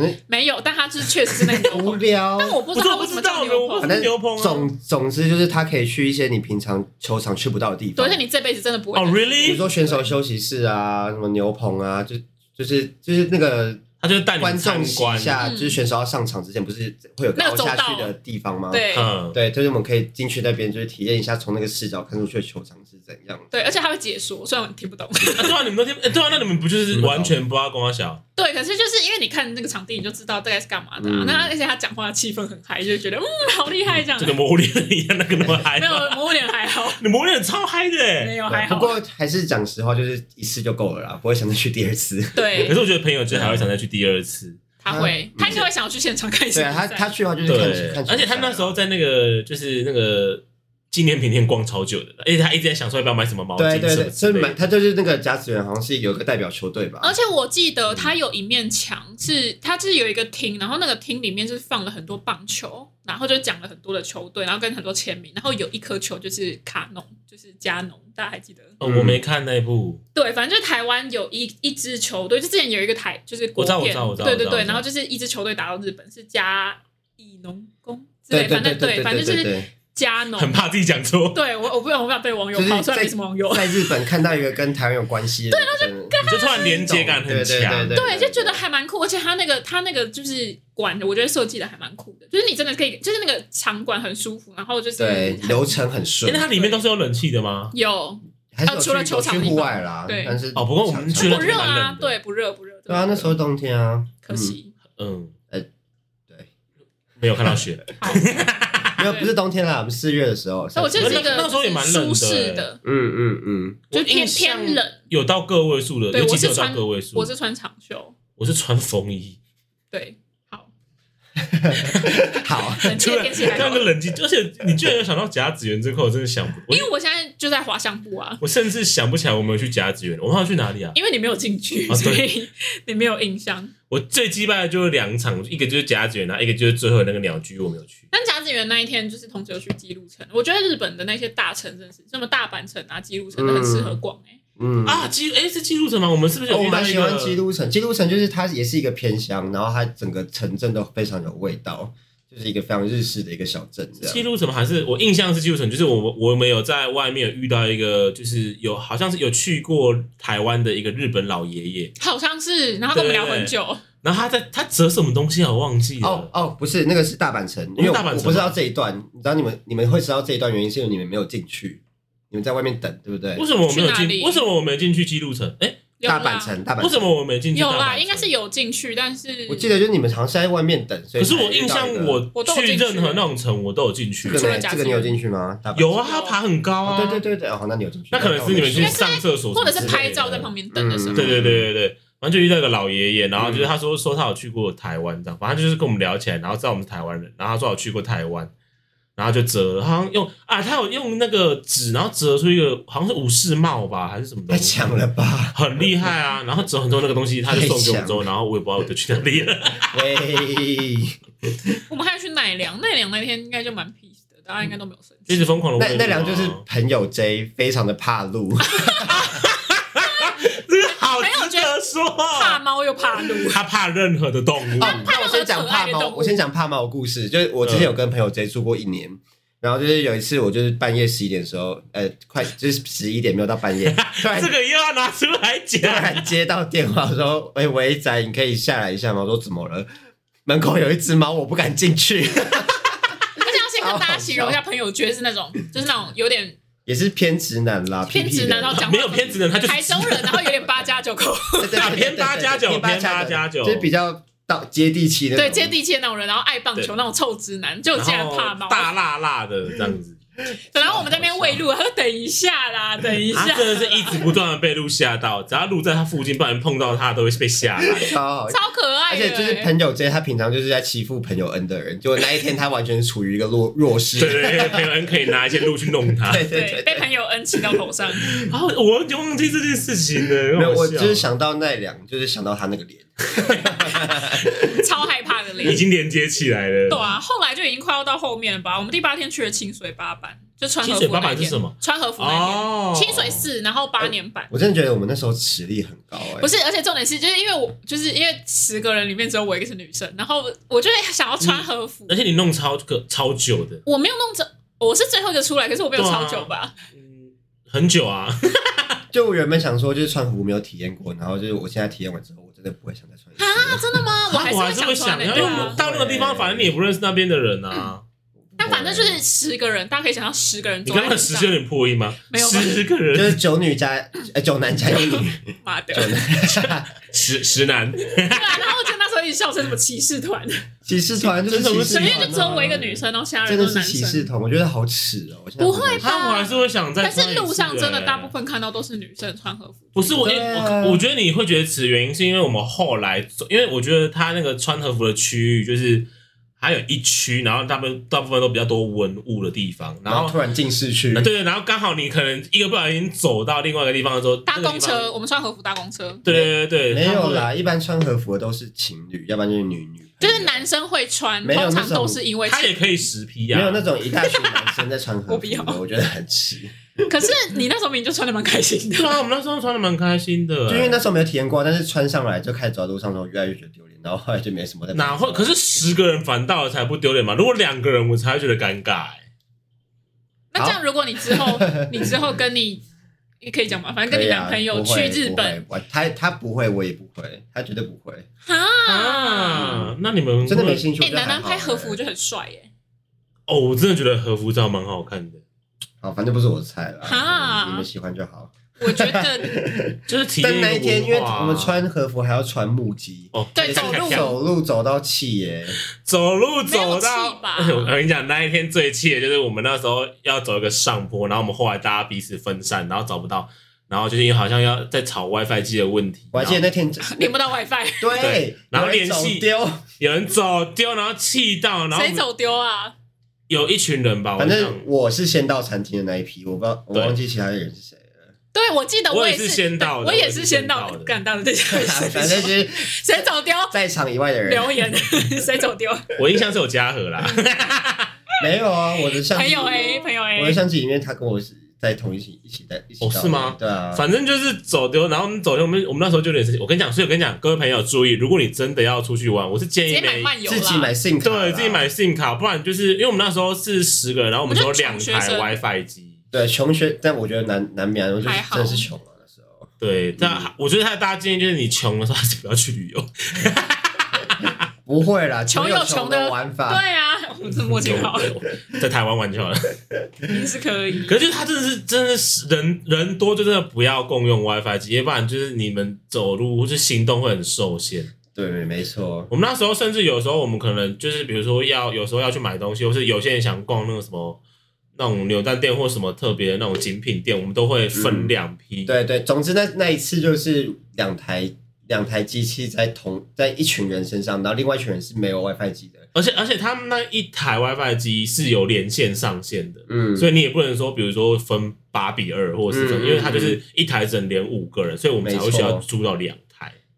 S1: 牛，
S3: 没有，但它就是确实是那个牛
S2: 无
S3: 棚，
S2: 聊。
S3: 但我不知
S1: 我
S3: 道
S1: 就不
S3: 为什么
S1: 知
S3: 叫
S1: 道
S3: 牛
S1: 牛，
S3: 棚
S1: 我
S2: 反
S1: 是。
S2: 正
S1: 牛棚啊。
S2: 总总之就是，他可以去一些你平常球场去不到的地
S3: 对，
S2: 方
S3: 而且。你这辈子真的不会。
S1: 哦
S2: 比如
S1: ，really？
S2: 说选手休息室啊，什么牛棚啊，就就是就是那个
S1: 他就带你
S2: 观
S1: 参
S2: 众席
S1: 观，
S2: 下，
S3: 嗯
S2: 就是选手要上场之前，不是会有个
S3: 那
S2: 凹
S3: 个走
S2: 下去
S3: 道
S2: 的地方吗？
S3: 对
S1: 嗯，
S2: 对，就是我们可以进去那边，就是体验一下从那个视角看出去的球场是怎样的。
S3: 对，而且他会解说，虽然我听不懂。
S1: 啊对啊，你们都听， 欸对啊，那你们不就是
S2: 嗯
S1: 完全不知道光华小？
S3: 对，可是就是因为你看那个场地，你就知道大概是干嘛的啊、
S2: 嗯
S3: 那他而且他讲话的气氛很嗨，就觉得嗯，好厉害这样。
S1: 这个魔物猎人一样，那个那么嗨
S3: 没，有魔物脸还好，
S1: 你魔物猎人超嗨的
S3: 没
S1: 欸。
S3: 有
S2: 对
S3: 还好。
S2: 不过还是讲实话，就是一次就够了啦，不会想再去第二次。
S1: 可
S3: 对，
S1: 是我觉得朋友就是还会想再去第二次，
S3: 他会，他应该会想要去现场看一
S2: 嗯
S3: 下
S2: 对
S3: 比
S2: 啊，他
S3: 赛。
S2: 他去的话就是看
S1: 对
S2: 球看，球
S1: 而且他
S2: 赛
S1: 那
S2: 啊
S1: 时候在那个就是那个纪念品店逛超久的，而且他一直在想说要不要买什么毛
S2: 对
S1: 巾
S2: 对
S1: 什么
S2: 对，
S1: 之
S2: 所以
S1: 类
S2: 蛮
S1: 的。
S2: 他就是那个甲子园好像是有一个代表球队吧
S3: 而，且我记得他有一面墙是，他是有一个厅，然后那个厅里面就是放了很多棒球，然后就讲了很多的球队，然后跟很多签名，然后有一颗球就是卡农，就是加农，大家还记得？
S1: 哦，我没看那一部，
S3: 对，反正就是台湾有一一支球队，就之前有一个台就是国
S1: 我知道
S3: 片
S1: 我知道我知道
S3: 对
S1: 我知
S3: 对
S1: 道我
S3: 对，
S1: 知道
S3: 然后就是一支球队打到日本是加以农工之
S2: 对对
S3: 类，反
S2: 对
S3: 正
S2: 对
S3: 反
S2: 对
S3: 正
S2: 对
S3: 就是
S2: 对，
S3: 加农。
S1: 很怕自己讲错，
S3: 对我我不想我不想被网友
S2: 就是
S3: 骂，虽然
S2: 在
S3: 没什么网友，
S2: 在日本看到一个跟台湾有关系的，对，他就
S1: 你就突然连接感很强。
S2: 对
S3: 对，就觉得还蛮酷，而且他那个他那个就是馆，我觉得设计的还蛮酷的，就是你真的可以，就是那个场馆很舒服，然后就是
S2: 对
S3: 很
S2: 流程很
S1: 因为
S2: 顺，
S1: 哎它里面都是有冷气的吗？
S3: 有
S2: 还是有
S3: 呃
S2: 去
S3: 除了球场
S2: 有
S3: 的
S2: 去户
S3: 地方
S2: 外啦，
S3: 对
S2: 但是
S1: 哦不过我们
S2: 想
S1: 去了
S3: 不
S1: 觉得
S3: 热
S1: 蛮冷
S3: 啊
S1: 的，
S3: 对，不热不热。
S2: 对啊，那时候冬天 啊，
S3: 可惜，
S1: 嗯，
S2: 呃对，
S1: 没有看到 雪。
S3: 好，
S2: 没有不是冬天啦，我们四月的时候，
S3: 那我
S2: 就
S3: 觉得是
S1: 那
S3: 一个
S1: 那时候也蛮冷的
S3: 舒适
S1: 欸
S3: 的，
S2: 嗯嗯嗯，
S3: 就
S1: 我
S3: 偏
S1: 印象
S3: 偏冷。
S1: 有到个位数的，
S3: 对
S1: 尤其
S3: 我是
S1: 有到
S3: 穿
S1: 个位数。
S3: 我是穿长袖，
S1: 我是穿风衣，
S3: 对， 好，
S2: 好，
S3: 冷气的天气还
S1: 那
S3: 好
S1: 个，冷静，而且你居然有想到甲子园这块，我真的想不，我
S3: 因为我现在就在滑翔步啊，
S1: 我甚至想不起来我们有去甲子园，我们好像去哪里啊？
S3: 因为你没有进去，
S1: 啊
S3: 所
S1: 对
S3: 以 你没有印象。
S1: 我最击败的就是两场，一个就是甲子园啊，一个就是最后那个鸟居我没有去。
S3: 但甲子园那一天就是同时有去记录城，我觉得日本的那些大城真的是，什么大阪城啊、记录城都很适合逛哎、
S2: 嗯
S1: 啊，记哎是记录城吗？我们是不是有
S2: 哦我
S1: 遇到
S2: 蛮
S1: 一
S2: 喜欢
S1: 个？
S2: 基督城，基督城就是它也是一个偏乡，然后它整个城镇都非常有味道，就是一个非常日式的一个小镇这
S1: 记
S2: 样。
S1: 录城吗还是我印象是记录城，就是我们我们有在外面有遇到一个，就是有好像是有去过台湾的一跟我们聊一个日本老爷爷，
S3: 好像是，然后跟我们聊很久，
S1: 然后他在他折什么东西啊，我忘记了。
S2: 哦哦，不是那个是大阪城，因为我
S1: 大阪城吗
S2: 我不知道这一段，你知道你们你们会知道这一段原因是因为你们没有进去，你们在外面等，对不对
S1: 为？什么我没有
S3: 去
S1: 进
S3: 哪？里
S1: 为什么我没进去记录城？哎、
S3: 有
S2: 大
S3: 啦
S2: 阪城，大阪
S1: 为什
S2: 城。
S1: 么我没进去？
S3: 有啦，应该是。有进去，但是
S2: 我记得就是你们好像是在外面等，所以
S1: 可是我
S2: 才遇
S1: 印
S2: 到
S1: 象
S2: 一个
S1: 我
S3: 我都有
S1: 去
S3: 进去
S1: 任何那种城我都有进去
S2: 这，
S3: 除
S2: 个
S3: 了
S2: 呢，
S3: 甲
S2: 这
S3: 子
S2: 个你有
S3: 园
S2: 进去吗？大阪
S1: 有啊，它爬很高
S2: 哦
S1: 啊。
S2: 对对对对，哦，那你有进去？
S1: 那可能是你们去
S2: 那我没去
S1: 上厕所什么
S3: 或者
S1: 之
S3: 是
S1: 类的
S3: 拍照在旁边等的时候，
S1: 嗯对对对对对，反正就遇到一个老爷爷，然后就是
S2: 嗯
S1: 他说说他有去过台湾这样，反正就是跟我们聊起来，然后知道我们是台湾人，然后他说有去过台湾，然后就折了，好像用啊，他有用那个纸，然后折出一个好像是武士帽吧，还是什么东
S2: 太
S1: 西。
S2: 强了 吧？
S1: 很厉害啊！然后折很多那个东西，他就送给我们之后，然后我也不知道我就去哪里了。
S2: 喂，
S3: 我们还有去奈良，奈良那天应该就蛮 peace 的，大家应该都没有生
S1: 一
S3: 气。
S1: 直疯狂的
S2: 那那两就是
S1: 哦
S2: 朋友 J，非常的 怕路。
S1: 这个好值
S3: 没有我觉
S1: 得
S3: 得
S1: 说，
S3: 怕猫又怕 鹿，
S1: 他怕任何的动物。
S2: 哦，那我先讲怕
S3: 可爱的
S2: 猫，
S3: 动物
S2: 我先讲怕猫的故事。就是我之前有跟朋友直接住过一年，然后就是有一次我就是半夜十一点的时候，呃，快就是十一点没有到半夜，突 然
S1: 这个又要拿出来
S2: 突
S1: 讲，
S2: 然接到电话说：“喂喂仔，你可以下来一下吗？”我说：“怎么了？”门口有一只猫，我不敢进去，
S3: 而且要先跟大家形容一下，朋友圈是那种，就是那种有点
S2: 也是偏直男啦，
S3: 偏直男，然后
S2: 到
S3: 讲话
S1: 没有偏执的人，他就是
S3: 台中 人，然后有点八加九口，
S1: 偏八加九偏八加九
S2: 就是比较到接地气的，
S3: 对接。地气的那种人，然后爱棒球那种臭直 男，就
S1: 然
S3: 竟然
S1: 后
S3: 怕猫。
S1: 大辣辣的这样子，
S3: 然后我们在那边喂鹿，他 说等一 下啦，等 一下
S1: 他
S3: 啦，
S1: 真的啊是一直不断的被鹿吓到，只要鹿在他附近，不然碰到他都会被吓 烂。
S2: 超好笑
S3: 超可
S2: 哦
S3: 爱
S2: 而
S3: 的、
S2: 且就是
S3: 欸
S2: 朋友之间，他平常就是在欺负朋友恩的人，结果那一天他完全处于一个弱弱势。
S1: 对对对，朋友人可以拿一些鹿去弄他。
S2: 对对
S3: 对，
S2: 对
S3: 被
S2: 对。
S3: 朋友恩骑到头 上，
S1: 然后我完全忘记这件事情了，
S2: 没有，
S1: 很好
S2: 我
S1: 笑
S2: 就是想到奈良，就是想到他那个脸。
S3: 超害怕的
S1: 已
S3: 脸。
S1: 经连接起来了。
S3: 对啊，后来就已经快要到后面了吧？我们第八天去了清水八坂，就穿和
S1: 清水
S3: 服
S1: 八
S3: 那
S1: 坂是
S3: 天。
S1: 什么
S3: 穿和服那天，
S1: 哦，
S3: 清水寺，然后八年版。
S2: 我真的觉得我们那时候实力很高哎、
S3: 不是，而且重点是，就是因为我，就是因为十个人里面只有我一个是女生，然后我就会想要穿和服
S1: 而，且你弄超个超久的，
S3: 我没有弄着，我是最后一个出来，可是我没有超久吧？
S1: 嗯，很久啊。
S2: 就我原本想说，就是川服没有体验过，然后就是我现在体验完之后，我真真的不会想再穿一次
S3: 啊，
S2: 了。
S3: 真的吗？我还是
S1: 我还
S3: 会
S1: 是会
S3: 想穿
S1: 想，欸
S3: 的，
S1: 因为
S3: 对
S1: 我
S3: 啊嗯
S1: 们。到那个地方，反正你也不认识那边的人啊。
S3: 但反正就是十个人，大家可以想象十个人
S1: 你
S3: 走在
S1: 刚刚
S3: 路
S1: 十是有
S3: 上，
S1: 点破音吗？
S3: 没有吧
S1: 十个
S2: 就
S1: 人，
S2: 是九女加呃九男加一女，
S3: 妈的！
S2: 九
S3: 对
S2: 男
S1: 十十男，
S3: 啊，然后我觉得那时候一笑成什么骑 士团，
S1: 啊
S2: 骑士团就是
S1: 真的
S2: 骑
S1: 不
S2: 士
S1: 是
S3: 因
S2: 团
S3: 为
S2: 啊，
S3: 就只有我一个女生，然后其他人
S2: 真
S3: 都
S2: 的
S3: 是
S2: 是
S3: 男
S2: 骑士
S3: 生。
S2: 团，我觉得好耻哦！我现在
S3: 不会吧
S1: 他我还是会想再
S3: 但
S1: 穿一次欸。
S3: 是路上真的大部分看到都是女生穿和服，
S1: 不是我，
S2: 对啊
S1: 我我觉得你会觉得此原因是因为我们后来走，因为我觉得他那个穿和服的区域就是还有一区，然后大部分大部分都比较多文物的地方，然
S2: 然后
S1: 后呃
S2: 突然进市区
S1: 对，对，然后刚好你可能一个不小心走到另外一个地方的时候，
S3: 搭
S1: 那个地
S3: 公
S1: 方，
S3: 车，我们穿和服搭公车，
S1: 对对对对，
S2: 没
S1: 他
S2: 有
S1: 会
S2: 啦，一般穿和服的都是情侣，要不然就是女女朋友，
S3: 就是男生会穿，
S2: 没有
S3: 通
S2: 那
S3: 常
S2: 种
S3: 都是因为
S1: 他也可以十批呀、
S2: 没有那种一大群男生在穿和
S3: 我不
S2: 服
S3: 要
S2: 的，我觉得很耻。
S3: 可是你那时候明明就穿的蛮开心 的
S1: 对，啊，我们那时候穿的蛮开心的、
S2: 就因为那时候没有体验过，但是穿上来就开始走在路上的时候，越来越觉得丢脸，然后后来就没什么在。
S1: 欸哪会？可是十个人反倒才不丢脸嘛，如果两个人我才会觉得尴尬、欸。
S3: 那这样，如果你之后你之后跟你也可以讲嘛，反正跟你
S2: 啊
S3: 男朋友去日本，
S2: 我他他啊不会，我也不会，他绝对不会，
S3: 哈，
S1: 啊，那你们
S2: 真的没
S1: 会
S2: 兴趣。
S3: 哎，
S2: 我觉得
S3: 男
S2: 还好
S3: 男拍和服就很帅耶，
S1: 哦，我真的觉得和服照蛮好看的，
S2: 好，啊反正不是我的菜啦，
S3: 哈
S2: 嗯你们喜欢就好。
S3: 我觉得
S1: 就是体验
S2: 但那一天，因
S1: 个
S2: 为
S1: 文化啊
S2: 我们穿和服还要穿木屐，
S1: 哦，看
S3: 对走路
S1: 看看
S2: 走路走到气耶，
S1: 走路
S3: 没有
S1: 走
S3: 气
S1: 到
S3: 吧，
S1: 而且 我跟你讲，那一天最气的就是我们那时候要走一个上坡，然后我们后来大家彼此分散，然后找不到，然后就是因为好像要在吵 WiFi 机的问题，
S2: 我还记得
S1: 然后
S2: 那天
S3: 连不到 WiFi，
S2: 对
S1: 对，然后
S2: 有人
S1: 联系
S2: 走丢，
S1: 有人走丢，然后气到，然后
S3: 谁走丢啊？
S1: 有一群人吧，
S2: 反
S1: 我想
S2: 正我是先到餐厅的那一批，我不知道我
S1: 对
S2: 忘记其他人 是谁了。
S3: 对，我记得
S1: 我
S3: 也
S1: 也是先到的
S3: 我也
S1: 我也
S3: 是
S1: 是
S3: 先
S1: 先
S3: 到
S1: 到
S3: 的，
S1: 的
S3: 干到的这件
S2: 反正就
S3: 事，
S2: 是
S3: 谁走丢？
S2: 在场以外的人
S3: 留言 谁走丢？
S1: 我印象是有嘉禾啦，
S2: 没有啊，我的相
S3: 朋
S2: 机，
S3: 友哎 A，朋友
S2: 我的
S3: A，
S2: 相机里面他跟我是在同一起一起在一起
S1: 哦
S2: 到的
S1: 是吗
S2: 对啊，
S1: 反正就是走丢，然后我们走丢，我们我们那时候就有点生气。我跟你讲，所以我跟你讲，各位朋友注意，如果你真的要出去玩，我是建
S3: 直
S1: 议
S3: 接买
S1: 每
S3: 漫游
S2: 自己
S3: 啦。
S2: 买 SIM 卡
S3: 啊
S2: 啦，
S1: 对自己买 SIM 卡，不然就是因为我们那时候是十个人，然后我们只有
S3: 我觉得
S1: 两
S3: 穷
S1: 台
S3: 学生
S1: WiFi 机。
S2: 对穷学，但我觉得难难免啊，我就
S3: 还
S2: 是
S3: 好
S2: 真的是穷啊那时候。
S3: 嗯
S1: 对，但、我觉得他的大家建议就是你穷的时候还是不要去旅游，
S2: 不会啦，
S3: 穷有
S2: 有
S3: 穷的
S2: 的玩法，
S3: 对啊， 我们这 默契很好，
S1: 在台湾玩就好了。
S3: 一定是可以。
S1: 可是就是他真的是真的是人人多就真的不要共用 WiFi 机，要不然就是你们走路或是行动会很受限。
S2: 对，没没错，
S1: 我们那时候甚至有时候我们可能就是比如说要有时候要去买东西，或是有些人想逛那个什么那种扭蛋店或什么特别的那种精品店，我们都会
S3: 嗯
S1: 分两批。
S2: 对对，总之那那一次就是两台两台机器在同在一群人身上，然后另外一群人是没有 WiFi 机的，
S1: 而且而且他们那一台 WiFi 机是有连线上线的，
S2: 嗯，
S1: 所以你也不能说比如说分八比二或者是什么，
S2: 嗯
S1: 因为它就是一台只能连五个人，所以我们才会需要租到两台。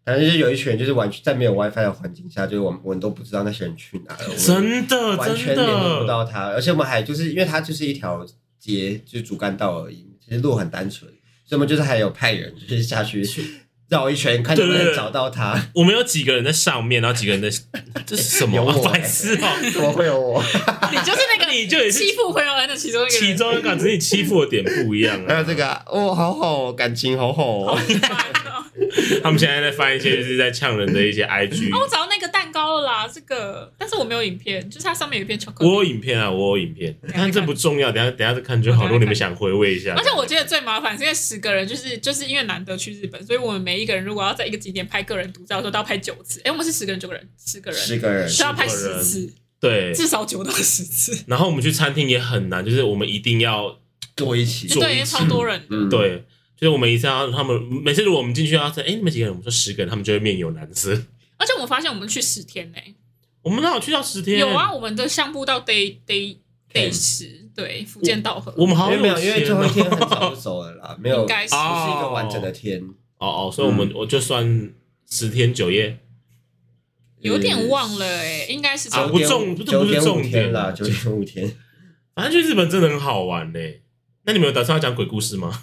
S2: 反正就是有一群人就是完全在没有 WiFi 的环境下，就是我们我们都不知道那些人去哪了，我们
S1: 真的
S2: 嗯完全
S1: 真
S2: 联络不
S1: 的，
S2: 到他，而且我们还就是因为它就是一条街，就是主干道而已，其实路很单纯，所以我们就是还有派人就是下去绕一圈，看能不
S1: 对对
S2: 能
S1: 对
S2: 找到他。
S1: 我们有几个人在上面，然后几个人在 这是什么
S2: 有
S1: 啊
S2: 我欸
S1: 白痴哦！
S2: 怎么会有我？
S3: 你就是那个
S1: 你就也是
S3: 欺负朋友恩的其中一个
S1: 其
S3: 人。
S1: 中一个，只是你欺负的点不一 样。
S2: 还有这，个啊、哦，好好哦，感情好好哦。
S1: 他们现在在翻一些就是在呛人的一些 IG，
S3: 哦，我找到那个蛋糕了啦，这个，但是我没有影片，就是它上面有一片巧克
S1: 我有
S3: 力。
S1: 影片啊，我有影片，
S3: 下
S1: 但这不重要，等一下等一下再看就好。
S3: 我等一下看
S1: 如果你们想回味一下，
S3: 而且我觉得最麻烦是因为十个人，就是就是因为难得去日本，所以我们每一个人如果要在一个景点拍个人独照的时候，都要拍九次。哎，我们是十个人，九个人，十个人，
S2: 十个人，
S3: 需要拍
S1: 十个
S3: 十
S1: 人
S3: 次，
S1: 对，
S3: 至少九到十次。
S1: 然后我们去餐厅也很难，就是我们一定要
S2: 坐一起。
S1: 坐一
S3: 对，因为
S1: 起
S3: 超多人的。
S2: 嗯，
S1: 对，就是我们一次要他们每次如果我们进去要说，哎、你们几个人？我们说十个人，他们就会面有难色。
S3: 而且我们发现我们去十天呢、
S1: 我们哪有去到十天？
S3: 有啊，，我们的相簿到 day day day
S2: 嗯
S3: 十，对，福建道
S1: 我
S3: 河。
S1: 们
S2: 因
S1: 好啊
S2: 为
S1: 像
S2: 没有，因为最后一天很早
S1: 哦
S2: 就走了啦，没有，
S3: 应
S2: 不是
S3: 该是
S1: 啊
S2: 一个完整的天，
S1: 哦，所以我们、我就算十天九夜
S3: 有点忘了哎、应该是
S1: 啊
S3: 九
S1: 不重这
S2: 九
S1: 不是
S2: 点五
S1: 重
S2: 天
S1: 点啊
S2: 啦，九点五天。
S1: 反正去日本真的很好玩呢、那你们有打算要讲鬼故事吗？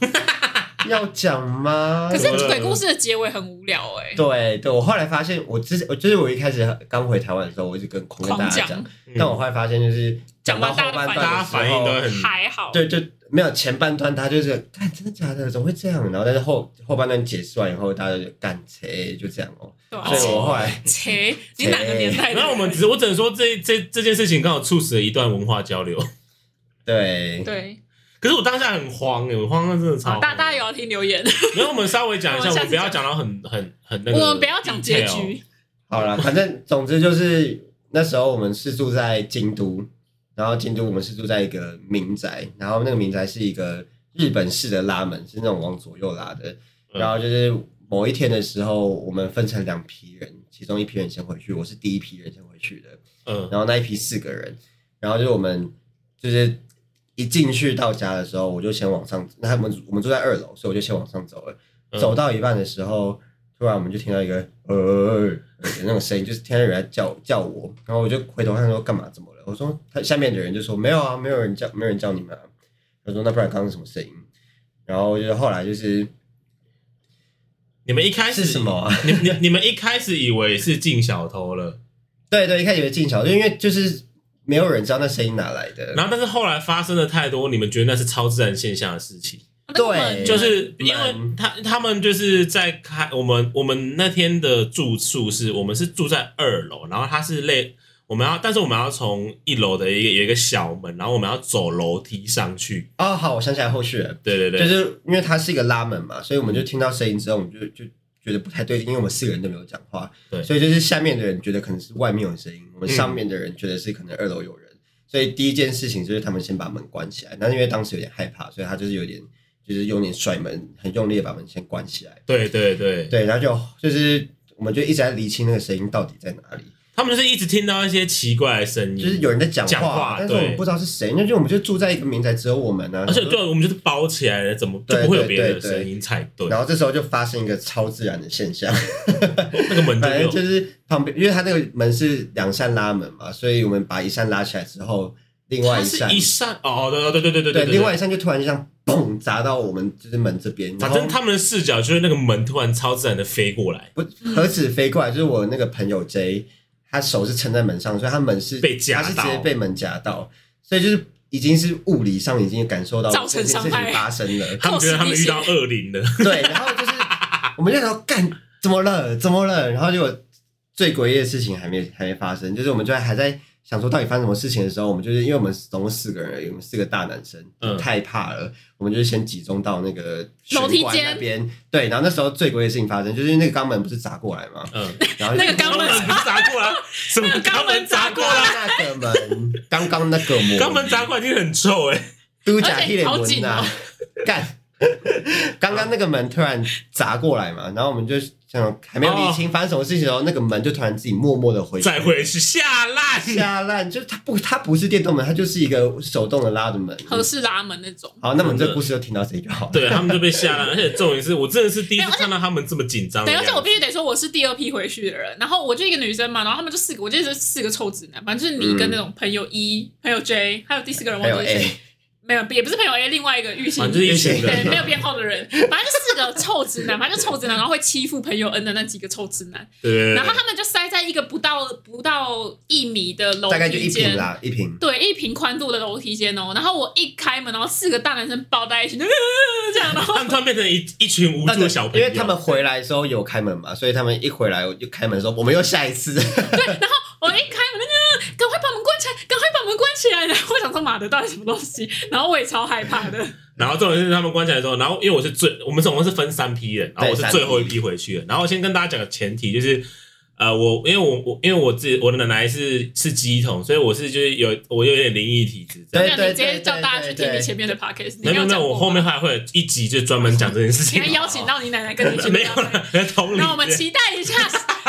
S2: 要讲吗？
S3: 可是
S1: 怎么了
S3: 鬼故事的结尾很无聊哎、
S2: 对对，我后来发现，我之前我就是我一开始刚回台湾的时候，我一直跟狂跟大家
S3: 狂
S2: 讲，但我后来发现就是
S3: 讲
S2: 到
S3: 完
S2: 后半段的时候，
S1: 大家反应都会很
S3: 还好。
S2: 对，就没有前半段，大家就是干真的假的，怎么会这样？然后但是后后半段结束完以后，大家就干切就这样哦、
S3: 对啊
S1: 哦
S2: 所以我后来
S3: 切，你哪个年代的人？
S1: 然后我们只我只能说这这这件事情刚好促使了一段文化交流。
S2: 对
S3: 对，
S1: 可是我当下很慌哎、我慌到真的超慌。
S3: 好，哦大大家有要听留言，
S1: 没有，我们稍微讲一下，
S3: 我
S1: 我
S3: 们下次
S1: 们不要讲到很很很那个。
S3: 我们不要讲结。局。
S2: 好了，反正总之就是那时候我们是住在京都，然后京都我们是住在一个民宅，然后那个民宅是一个日本式的拉门，是那种往左右拉的。
S1: 嗯
S2: 然后就是某一天的时候，我们分成两批人，其中一批人先回去，我是第一批人先回去的。
S1: 嗯，
S2: 然后那一批四个人，然后就是我们就是一进去到家的时候，我就先往上，那我们我们住在二楼，所以我就先往上走了。
S1: 嗯
S2: 走到一半的时候，突然我们就听到一个呃呃的那种声音，就是听到有人在叫叫我，然后我就回头看说干嘛怎么了？我说他下面的人就说没有啊，没有人叫，没有人叫你们啊。我说那不然刚刚是什么声音？然后就是后来就是
S1: 你们一开始
S2: 是什么啊？
S1: 你你你们一开始以为是进小偷了，
S2: 对对，一开始以为进桥，就因为就是没有人知道那声音哪来的。
S1: 然后但是后来发生了太多，你们觉得那是超自然现象的事情。
S3: 那我们
S2: 对
S1: 就是
S2: 嗯
S1: 因为他他们就是在开我们我们那天的住宿是我们是住在二楼，然后它是类我们要，但是我们要从一楼的一个有一个小门，然后我们要走楼梯上去。
S2: 哦，好，我想起来后续了。
S1: 对对嗯对，
S2: 就是因为它是一个拉门嘛，所以我们就听到声音之后，我们就就觉得不太对劲，因为我们四个人都没有讲话，
S1: 对
S2: 所以就是下面的人觉得可能是外面有声音，我们上面的人觉得是可能二楼有人，
S1: 嗯
S2: 所以第一件事情就是他们先把门关起来，那因为当时有点害怕，所以他就是有点就是用点甩门，很用力的把门先关起来，
S1: 对对对
S2: 对，然后就就是我们就一直在厘清那个声音到底在哪里，
S1: 他们就是一直听到一些奇怪的声音，
S2: 就是有人在讲
S1: 嗯讲话
S2: 但是我们
S1: 对
S2: 不知道是谁，那就我们就住在一个民宅，只有我们呢、啊，
S1: 而且对，我们就是包起来了，怎么就
S2: 对
S1: 不会有别
S2: 对
S1: 人的
S2: 对
S1: 声音才对？
S2: 然后这时候就发生一个超自然的现象。
S1: 那个门就没
S2: 反正
S1: 有
S2: 就是旁边，因为它那个门是两扇拉门嘛，所以我们把一扇拉起来之后，另外
S1: 它
S2: 扇
S1: 是一扇哦，对对对对对
S2: 对
S1: 对，
S2: 另外一扇就突然就像砰砸到我们就是门这边，然
S1: 反
S2: 后
S1: 正他们的视角就是那个门突然超自然的飞过来，
S2: 不何止飞过来，就是我那个朋友 J，他手是撑在门上，所以他门是
S1: 被夹
S2: 他是
S1: 到
S2: 直接被门夹到，所以就是已经是物理上已经感受到
S3: 造成
S2: 这件事
S3: 伤害
S2: 情发生了，
S1: 他们觉得他们遇到恶灵了，
S2: 对，然后就是我们就想说干怎么了，怎么了？然后结果最诡异的事情还没还没发生，就是我们就还在想说到底发生什么事情的时候，我们就是因为我们总共四个人而已，我们四个大男生，
S1: 嗯
S2: 太怕了，我们就先集中到那个
S3: 楼梯
S2: 玄关
S3: 间
S2: 那边。对，然后那时候最诡异的事情发生，就是那个肛门不是砸过来吗？
S1: 嗯。
S2: 然后哦
S3: 那个肛
S1: 肛
S3: 门
S1: 门不是砸过来，什么肛门砸过来？
S2: 那个门，刚刚那个门，
S1: 肛门砸过来已经很臭哎、
S2: 都假一脸
S3: 而且
S2: 文
S3: 好
S2: 呐，干！刚刚那个门突然砸过来嘛，然后我们就想还没有理清发生什么事情的时候，那个门就突然自己默默的回去
S1: 再回去下烂。
S2: 下烂，就是它不它不是电动门，它就是一个手动的拉的门。
S3: 合适拉门那种。
S2: 好，那我们这个故事就听到这里就好了。
S1: 对他们就被吓烂，而且重点是我真的是第一次
S3: 没有而且
S1: 看到他们这么紧张的
S3: 对，
S1: 样
S3: 而且我
S1: 子。
S3: 必须得说，我是第二批回去的人。然后我就一个女生嘛，然后他们就四个，我记得是四个臭直男，反正就是你跟那种朋友一、朋友 J，还有第四个人
S2: 还有
S3: 忘记是
S2: A，
S3: 谁，没有，也不是朋友 A，另外一个玉兴
S1: 反正啊就是一群
S3: 对，没
S1: 人，
S3: 有编号的人，反正就四个臭直男，反正就臭直男，然后会欺负朋友 N 的那几个臭直男，
S1: 对，
S3: 然后他们就塞在一个不到不到一米的楼
S2: 大概就
S3: 梯
S2: 一瓶
S3: 间，
S2: 啦，一瓶。
S3: 对，一平宽度的楼梯间哦。然后我一开门，然后四个大男生抱在一起，这样，然 后
S1: 他们突然变成一一群无助的小朋
S2: 因
S1: 友，
S2: 为他们回来的时候有开门嘛，所以他们一回来我就开门说我们又下一次。
S3: 我一开门，呃赶快把门关起来，赶快把门关起来！然后我想说，妈的，到底什么东西？然后我也超害怕的。
S1: 然后重点是他们关起来之后，然后因为我是最，我们总共是分三批人，然后我是最后一批回去的。然后先跟大家讲个前提，就是呃，我因为我我因为我自己我的奶奶是是鸡桶，所以我是就是有我有点灵异体质这样。
S2: 对
S3: 那
S2: 对
S3: 你直接
S2: 对
S3: 叫大家去
S2: 对
S3: 听你
S2: 对
S3: 前面的 podcast，你
S1: 没有
S3: 有
S1: 没
S3: 讲
S1: 有，
S3: 过
S1: 我后面还会有一集就专门讲这件事
S3: 你
S1: 情
S3: 还。邀请到你奶奶跟 你一起
S1: 没
S3: 聊
S1: 有了，没有同理。
S3: 那我们期待 一下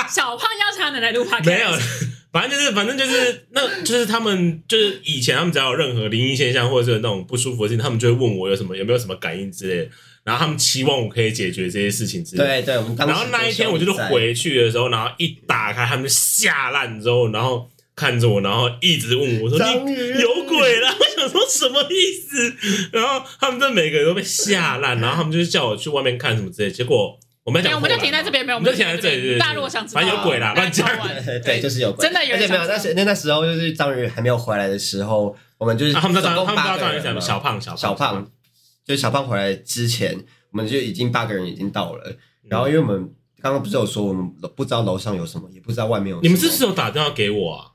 S3: 小胖邀请他奶奶录 podcast。
S1: 没有， 反正就是，反正就是，那就是他们就是以前他们只要有任何灵异现象或者是那种不舒服的事情，他们就会问我有什么有没有什么感应之类的，然后他们期望我可以解决这些事情之类的。
S2: 对对，我们当时
S1: 然后那一天我就是
S2: 都在
S1: 回去的时候，然后一打开他们就吓烂之后，然后看着我，然后一直问我说：“你
S2: 章鱼
S1: 有鬼啦！” 我想说什么意思？然后他们这每个人都被吓烂，然后他们就是叫我去外面看什么之类。结果我们
S3: 没
S1: 讲
S3: 有，
S1: 后
S3: 我
S1: 来嘛，
S3: 们就停在这边，没有，
S1: 我们就停在这里。对对对
S3: 大家如果想知道，哎
S1: 反正有鬼啦，乱讲。
S3: 对
S2: 对，就是有关，
S3: 真的有
S2: 而
S3: 人
S2: 且没有，
S3: 想
S2: 那时那那时候就是章鱼还没有回来的时候，我们就是
S1: 啊他们知
S2: 总
S1: 道，
S2: 共
S1: 他们知
S2: 八
S1: 道
S2: 个
S1: 到底
S2: 人
S1: 是什
S2: 嘛
S1: 么小胖，小
S2: 小胖，就是小胖回来之前，我们就已经八个人已经到了。
S1: 嗯
S2: 然后因为我们刚刚不是有说，我们不知道楼上有什么，也不知道外面有什么，
S1: 你们是不是有打电话给我啊？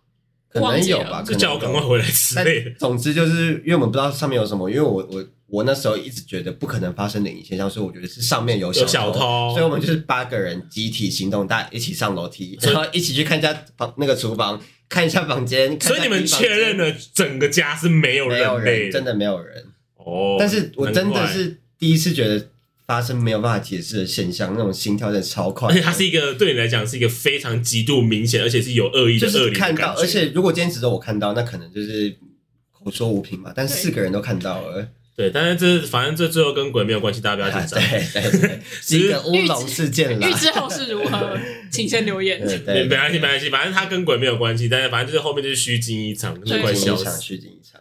S2: 可能有吧？
S3: 忘
S1: 就
S2: 可能
S1: 叫我赶快回来之
S2: 但
S1: 类的。
S2: 总之就是因为我们不知道上面有什么，因为我我我那时候一直觉得不可能发生灵异现象，所以我觉得是上面有小
S1: 有小偷
S2: 所以我们就是八个人集体行动，大家一起上楼梯，然后一起去看一下房那个厨房，看一下房间，看
S1: 所以
S2: 一下
S1: 你们
S2: 衣房间
S1: 确认了整个家是没有
S2: 没有
S1: 人类
S2: 人，真的没有人。
S1: 哦。
S2: 但是我真
S1: 难
S2: 的
S1: 怪，
S2: 是第一次觉得发生没有办法解释的现象，那种心跳真的超快
S1: 而
S2: 的，
S1: 且它是一个对你来讲是一个非常极度明显，而且是有恶意的
S2: 就
S1: 恶
S2: 是
S1: 灵的
S2: 看
S1: 感
S2: 到，
S1: 觉
S2: 而且如果今天只是我看到，那可能就是口说无凭嘛。但四个人都看到了，
S1: 对，但是这反正这最后跟鬼没有关系，大家不要紧
S2: 啊
S1: 张。
S2: 对对对，是一个乌龙事件啦
S3: 预。知后事如 何，请先留言。
S2: 对
S1: 没
S2: 对，
S1: 没关系，没关系，反正它跟鬼没有关系，但是反正就是后面就是虚惊一场，就是
S3: 对
S1: 快
S2: 虚惊
S1: 笑
S2: 一场，
S1: 死。
S2: 虚惊一场。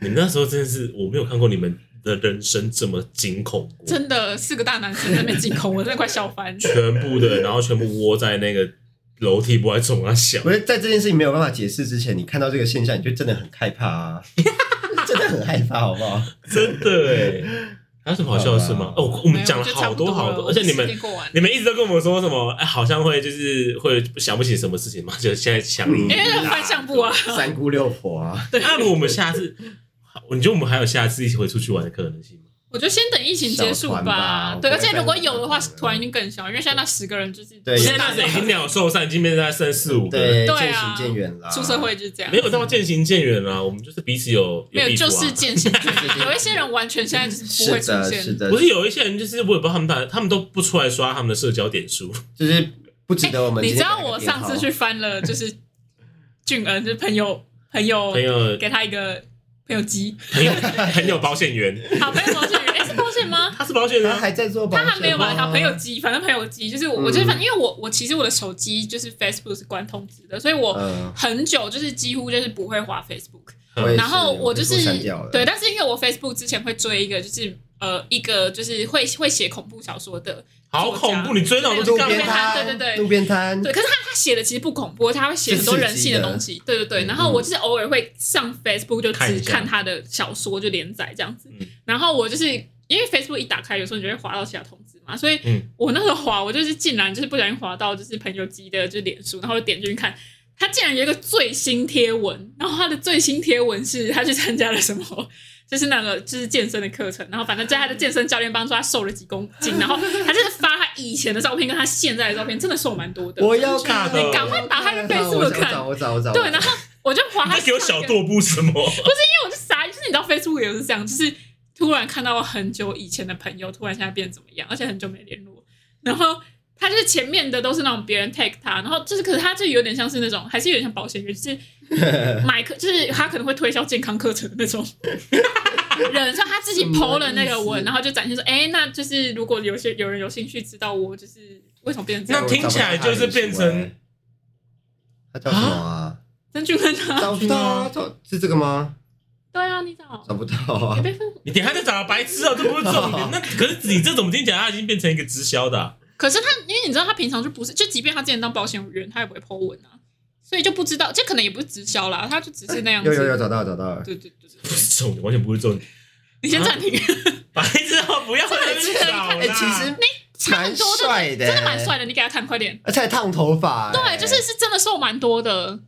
S1: 你们那时候真的是，我没有看过你们的人生这么惊恐过，
S3: 真的四个大男生在那边进攻，我真的快笑 翻。
S1: 全部的，然后全部窝在那个楼梯，不爱冲啊笑。
S2: 我觉得在这件事情没有办法解释之前，你看到这个现象，你就真的很害怕啊，真的很害怕，好不 好？
S1: 真的哎，还有什么好笑的事吗？哦，我我们讲了
S3: 没有就差
S1: 好
S3: 不
S1: 多
S3: 多
S1: 好
S3: 了
S1: 多，而且你
S3: 我们时间
S1: 们
S3: 过完
S1: 你们一直都跟我们说什么？哎，好像会就是会想不起什么事情嘛， 就现在想你。
S3: 因
S2: 嗯
S3: 为那个翻相簿啊，
S2: 三姑六婆啊，
S1: 对，那如果我们下次，你觉得我们还有下次一起回出去玩的可能性吗？
S3: 我就先等疫情结束
S2: 小团吧
S3: 对，
S2: 我
S3: 而
S2: 不会
S3: 且如果有的话，
S2: 再
S3: 团已经更小，因为现在那十个人就是
S2: 对
S1: 现在那是已经鸟兽散，已经变成大概剩四五个人，
S2: 对，
S3: 对啊
S2: 渐行渐远啦。
S3: 出社会就是这样
S1: 没。有到渐行渐远啦。我们就是彼此有
S3: 没有，
S1: 有彼此啊
S3: 就是 见行渐远。有一些人完全现在就是不
S2: 是
S3: 会出
S2: 的，是
S3: 现。
S2: 的，
S1: 不是有一些人，就是我也不知道他们大，他们都不出来刷他们的社交点数。
S2: 就是不值得我们
S3: 哎你
S2: 今
S3: 知
S2: 天打
S3: 道
S2: 个编号。哦
S3: 我上次去翻了，就是俊恩，就是朋友朋友
S1: 朋友
S3: 给他一个朋友机，
S1: 朋友朋友保险员，
S3: 好朋友保险员，哎，是保险吗？
S1: 他是保险员
S2: 他
S1: 啊，
S2: 还在做保险
S3: 他
S2: 吗，
S3: 还没有买他朋友机，反正朋友机就是我，
S2: 嗯
S3: 我就是反正因为我我其实我的手机就是 Facebook 是关通知的，所以我
S2: 嗯，
S3: 很久就是几乎就是不会滑 Facebook。
S2: 我也是
S3: 然后
S2: 我
S3: 就是
S2: 全部删掉了
S3: 对，，但是因为我 Facebook 之前会追一个就是呃一个就是会会写恐怖小说的，
S1: 好恐怖！你追到我
S2: 路
S1: 都干嘛？
S2: 边摊，
S3: 对对对
S2: 路边摊，
S3: 对，可是他他写的其实不恐怖，他会写很多人性的东西，对对对。然后我就是偶尔会上 Facebook 就
S1: 看
S3: 只
S1: 一下
S3: 看他的小说就连载这样子
S1: 嗯，
S3: 然后我就是。因为 Facebook 一打开，有时候你就会滑到其他通知嘛，所以
S1: 嗯
S3: 我那时候滑，我就是竟然就是不小心滑到就是朋友机的就是脸书，然后我就点进去看，他竟然有一个最新贴文，然后他的最新贴文是他去参加了什么，就是那个就是健身的课程，然后反正在他的健身教练帮助他瘦了几公斤，然后他就是发他以前的照片跟他现在的照片，真的瘦蛮多的。
S2: 我要看，
S1: 你
S3: 赶快打开那个
S2: 我
S3: Facebook 看
S2: 找我找我找，
S3: 对，然后我就滑他
S1: 他给我小
S3: 上一个
S1: 跺步什么？
S3: 因为我就傻眼，就是你知道 Facebook 也是这样，就是突然看到很久以前的朋友，突然现在变怎么样，而且很久没联络，然后。他就是前面的都是那种别人 tag 他，然后就是可是他就有点像是那种，还是有点像保险员，就是买课，就是他可能会推销健康课程的 那种人，所以他自己
S2: 什么
S3: PO 了那个
S2: 意思
S3: 文，然后就展现说，哎、那就是如果有些有人有兴趣知道我就是为什么 变成这
S1: 那
S3: 样，
S2: 我
S1: 听起来就是变成
S2: 找不到他的行为他叫什么啊？
S3: 真去问他，
S2: 找不到啊，找是这个吗？
S3: 对啊，你找
S2: 找不到啊
S3: 你，被分
S1: 你等一下再找白痴哦，这不是重点。那可是你这怎么听起来他已经变成一个直销的啊？
S3: 可是他，因为你知道他平常就不是，就即便他之前当保险员，他也不会 Po 文啊，所以就不知道，这可能也不是直销啦，他就只是那样子。
S2: 有有有找到了找到了，
S3: 对对对对，
S1: 不是重点，完全不是重点。
S3: 你先暂停，
S1: 白痴哦，不要在那边找啦
S2: 哎，其实蛮
S3: 多
S2: 帅的，哎
S3: 真的蛮帅，的，你给他看快点。
S2: 而且还烫头发，哎
S3: 对，就是是真的瘦蛮多的，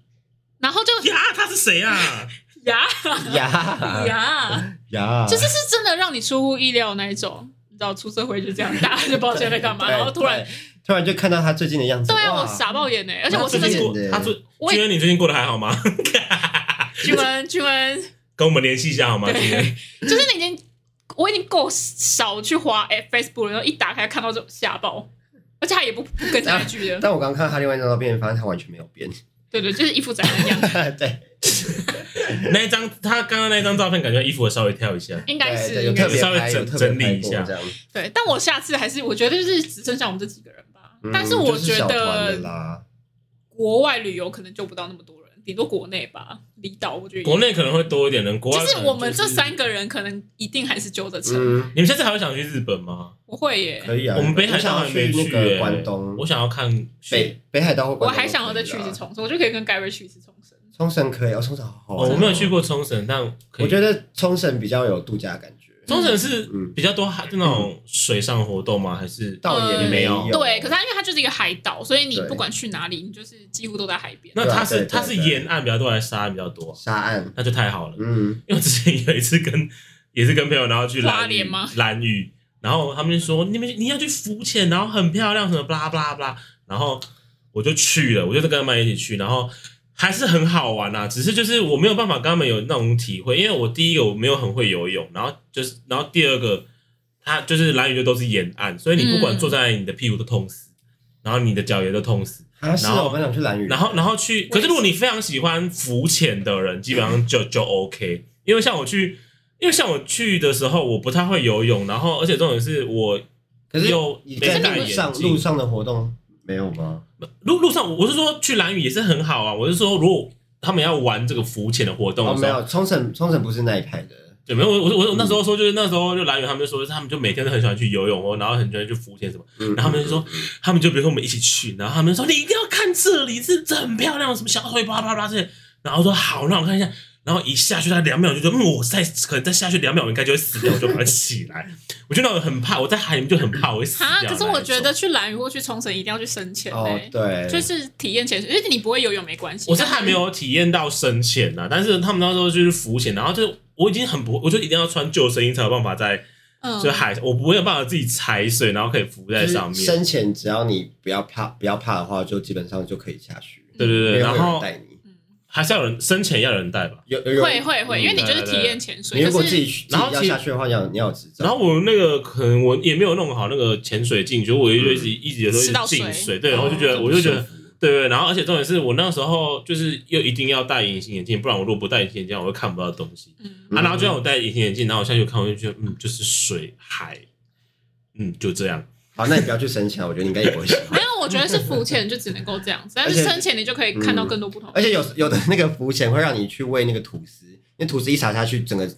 S3: 然后就
S1: 呀，他是谁啊？
S3: 呀
S2: 呀
S3: 呀，
S2: 呀，
S3: 就是是真的让你出乎意料那一种。你知道出社会就这样，大家就不知道现在在干嘛，
S2: 对
S3: 然后突然，
S2: 对突然就看到他最近的样子，
S3: 对啊，
S2: 哇
S3: 我傻爆眼呢、而且我
S1: 最
S3: 真
S1: 近
S3: 的是
S1: 过，他最
S3: 我也
S1: 君恩，你最近过得还好吗？
S3: 君文君文，
S1: 跟我们联系一下好吗？
S3: 对
S1: 君恩，
S3: 就是你已经，我已经够少去滑哎 Facebook 了，然后一打开看到这种吓爆，而且他也不不跟下 去的，
S2: 但我刚看他另外一张照片，发现他完全没有 变。
S3: 对对，就是一副宅男样，
S2: 对，
S1: 那一张他刚刚那一张照片，感觉衣服稍微挑一下。
S3: 应该
S2: 对
S3: 是
S2: 对有
S3: 应该
S2: 特
S3: 是
S2: 别
S1: 稍微
S2: 拍
S1: 整
S2: 有特别
S1: 整理
S2: 拍
S1: 一
S2: 过
S1: 下
S2: 这样。
S3: 对，但我下次还是我觉得就是只剩下我们这几个人吧
S2: 嗯，
S3: 但我
S2: 就
S3: 觉
S2: 小团的
S3: 得
S2: 啦，
S3: 国外旅游可能救不到那么多人，顶多国内吧，离岛我觉得也
S1: 国内可能会多一点人，国外
S3: 就是
S1: 可能
S3: 我们这
S1: 是
S3: 三个人可能一定还是揪得成，
S2: 嗯，
S1: 你们下次还会想去日本吗？
S3: 我会耶。
S2: 可以啊。
S1: 我们北海
S2: 想
S1: 道
S2: 要
S1: 还没
S2: 去那
S1: 欸
S2: 个关东，
S1: 我想要看雪。
S2: 北北海道或
S3: 我
S2: 关东
S3: 还
S2: 都
S3: 想要
S2: 可
S3: 再
S2: 以
S3: 去一
S2: 啦
S3: 次冲绳，我就可以跟 Gary 去一次冲绳。
S2: 冲绳可以哦，冲绳好好
S1: 哦，
S2: 玩。
S1: 我没有去过冲绳，但可以
S2: 我觉得冲绳比较有度假感觉，
S1: 冲绳是
S2: 嗯
S1: 比较多海那种水上活动吗？还是
S2: 倒也
S3: 嗯
S2: 没有。
S1: 没有
S3: 对，可是它因为它就是一个海岛，所以你
S2: 对
S3: 不管去哪里，你就是几乎都在海边。
S1: 那它是
S2: 对对啊对
S1: 它是沿岸比较多，还是沙岸比较多？啊
S2: 沙岸，
S1: 那就太好了，
S2: 嗯，
S1: 因为我之前有一次跟也是跟朋友，然后去
S3: 花
S1: 蓝屿
S3: 莲吗
S1: 蓝屿，然后他们就说你们你要去浮潜，然后很漂亮什么巴拉巴拉巴拉，然后我就去了，我就跟他们一起去，然后还是很好玩啊，只是就是我没有办法跟他们有那种体会，因为我第一个我没有很会游泳，然后就是然后第二个它就是蓝屿就都是沿岸，所以你不管
S3: 嗯
S1: 坐在你的屁股都痛死，然后你的脚也都痛死。
S2: 啊是
S1: 然后
S2: 哦，我们想去蓝屿，
S1: 然后然后去，可是如果你非常喜欢浮潜的人，基本上就就 OK。因为像我去，因为像我去的时候，我不太会游泳，然后而且重点是我
S2: 可是
S1: 又
S2: 你
S1: 没
S2: 在
S1: 戴
S2: 路
S1: 眼
S2: 上路
S1: 镜。
S2: 上的活动没有吗？
S1: 路路上，我是说去蓝屿也是很好啊。我是说，如果他们要玩这个浮潜的活动
S2: 哦，
S1: 的时
S2: 没
S1: 候，
S2: 有，嗯冲绳冲绳不是那一派的，
S1: 对，没有，我我我我那时候说就是那时候就蓝屿他们就说，他们就每天都很喜欢去游泳哦，然后很喜欢去浮潜什么。
S2: 嗯
S1: 然后他们就说，他们就比如说我们一起去，然后他们说你一定要看这里是很漂亮，什么小水巴拉巴拉这些，然后我说好，让我看一下，然后一下去他两秒就觉得，嗯，我再可能再下去两秒我应该就会死掉，我就赶快起来。我就那种很怕，我在海里面就很怕我会死掉
S3: 哈，
S1: 的那一
S3: 可
S1: 种。
S3: 是我觉得去蓝屿或去冲绳一定要去深潜
S2: 哦
S3: 嘞，，
S2: 对，
S3: 就是体验潜水，因为你不会游泳没关系。
S1: 我是还没有体验到深潜呐、但是他们那时候就是浮潜，然后就是我已经很不，我就一定要穿救生衣才有办法在
S3: 嗯，
S1: 就海，我没有办法自己踩水，然后可以浮在
S2: 就是
S1: 上面。
S2: 深潜，只要你不要怕，不要怕的话，就基本上就可以下去。
S1: 对对对，
S2: 没有
S1: 然
S2: 人
S1: 后
S2: 带你，
S1: 还是要有人深潜要有人带吧。
S2: 有有有嗯
S3: 会会会，因为你就是体验潜
S2: 你
S3: 水，
S2: 如
S3: 可
S2: 果自
S3: 是
S2: 己去，
S1: 然后
S2: 自己
S1: 其实
S2: 要下去的话，你要你要有执照。
S1: 然后我那个可能我也没有弄好那个潜水镜，就我就
S2: 嗯
S1: 一直一直有时
S3: 吃到
S1: 候
S3: 水
S1: 进水，对，然后就觉
S2: 哦
S1: 得我就觉得对对，然后而且重点是我那时候就是又一定要戴隐形眼镜，不然我如果不戴隐形眼镜，我会看不到东西。
S3: 嗯，
S1: 啊，然后就让我戴隐形眼镜，然后我下去看，我就觉得嗯，就是水海，嗯，就这样。
S2: 好，那你不要去深潜，我觉得你应该也不会喜欢
S3: 没。有，我觉得是浮潜就只能够这样子，但
S2: 而
S3: 是
S2: 且嗯
S3: 深潜你就可以看到更多不同。
S2: 而且有有的那个浮潜会让你去喂那个吐司，因为吐司一撒下去，整个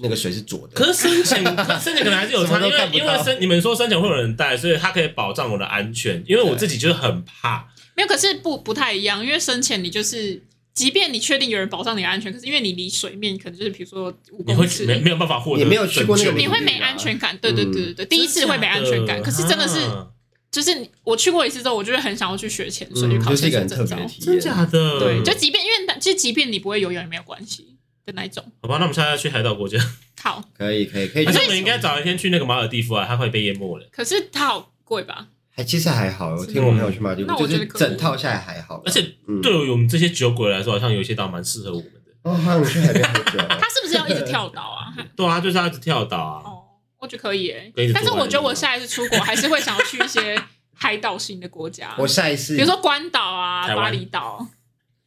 S2: 那个水是浊的。
S1: 可是深潜， 可是深潜可能还是有
S2: 什么
S1: 差，因
S2: 都
S1: 为
S2: 看不
S1: 因
S2: 到
S1: 为深你们说深潜会有人带，所以它可以保障我的安全，因为我自己就是很怕。
S3: 没有，可是不不太一样，因为深潜你就是，即便你确定有人保障你的安全，可是因为你离水面可能就是比如说五
S1: 你会
S3: 公尺，
S1: 没没有办法获得
S2: 你没有去过那个
S1: 拯救
S3: 你
S2: 领域
S3: 会没安全感。对对对对
S2: 嗯
S3: 对，第一次会没安全感，可是真的是
S1: 啊
S3: 就是你我去过一次之后，我就会很想要去学潜水，去
S2: 嗯，
S3: 考
S2: 就是
S3: 潜
S2: 一个
S3: 水
S2: 很特
S3: 证
S2: 别
S3: 照
S2: 的。体
S1: 真
S2: 验。
S1: 假
S2: 嗯
S1: 的？
S3: 对，就即便因为其实即便你不会游泳也没有关系的那一种。
S1: 好吧，那我们下次要去海岛国 家，
S3: 好，
S2: 可以可以可以
S1: 而且
S2: 去。
S1: 我们应该早一天去那个马尔蒂夫啊，它快被淹 没了。
S3: 可是它好贵吧？
S2: 还其实还好，我
S3: 是
S2: 听我朋友去马蒂
S3: 那
S2: 夫，
S3: 我
S2: 就是
S3: 觉得可以
S2: 整套下来还好啦。
S1: 而且
S2: 嗯，
S1: 对于我们这些酒鬼来说，好像有一些岛蛮适合我们的。
S2: 哦，好想去海边喝酒哦。
S3: 它是不是要一 直跳岛啊？
S1: 对啊，就是要一直跳岛啊。
S3: 哦，我觉得可以诶、
S1: 可以一直
S3: 但是
S1: 做完
S3: 我觉得
S1: 就
S2: 啊
S1: 好
S3: 我下一次出国还是会想要去一些海岛型的国 家，
S2: 我下一次
S3: 比如说关岛啊、
S1: 台湾
S3: 巴厘岛、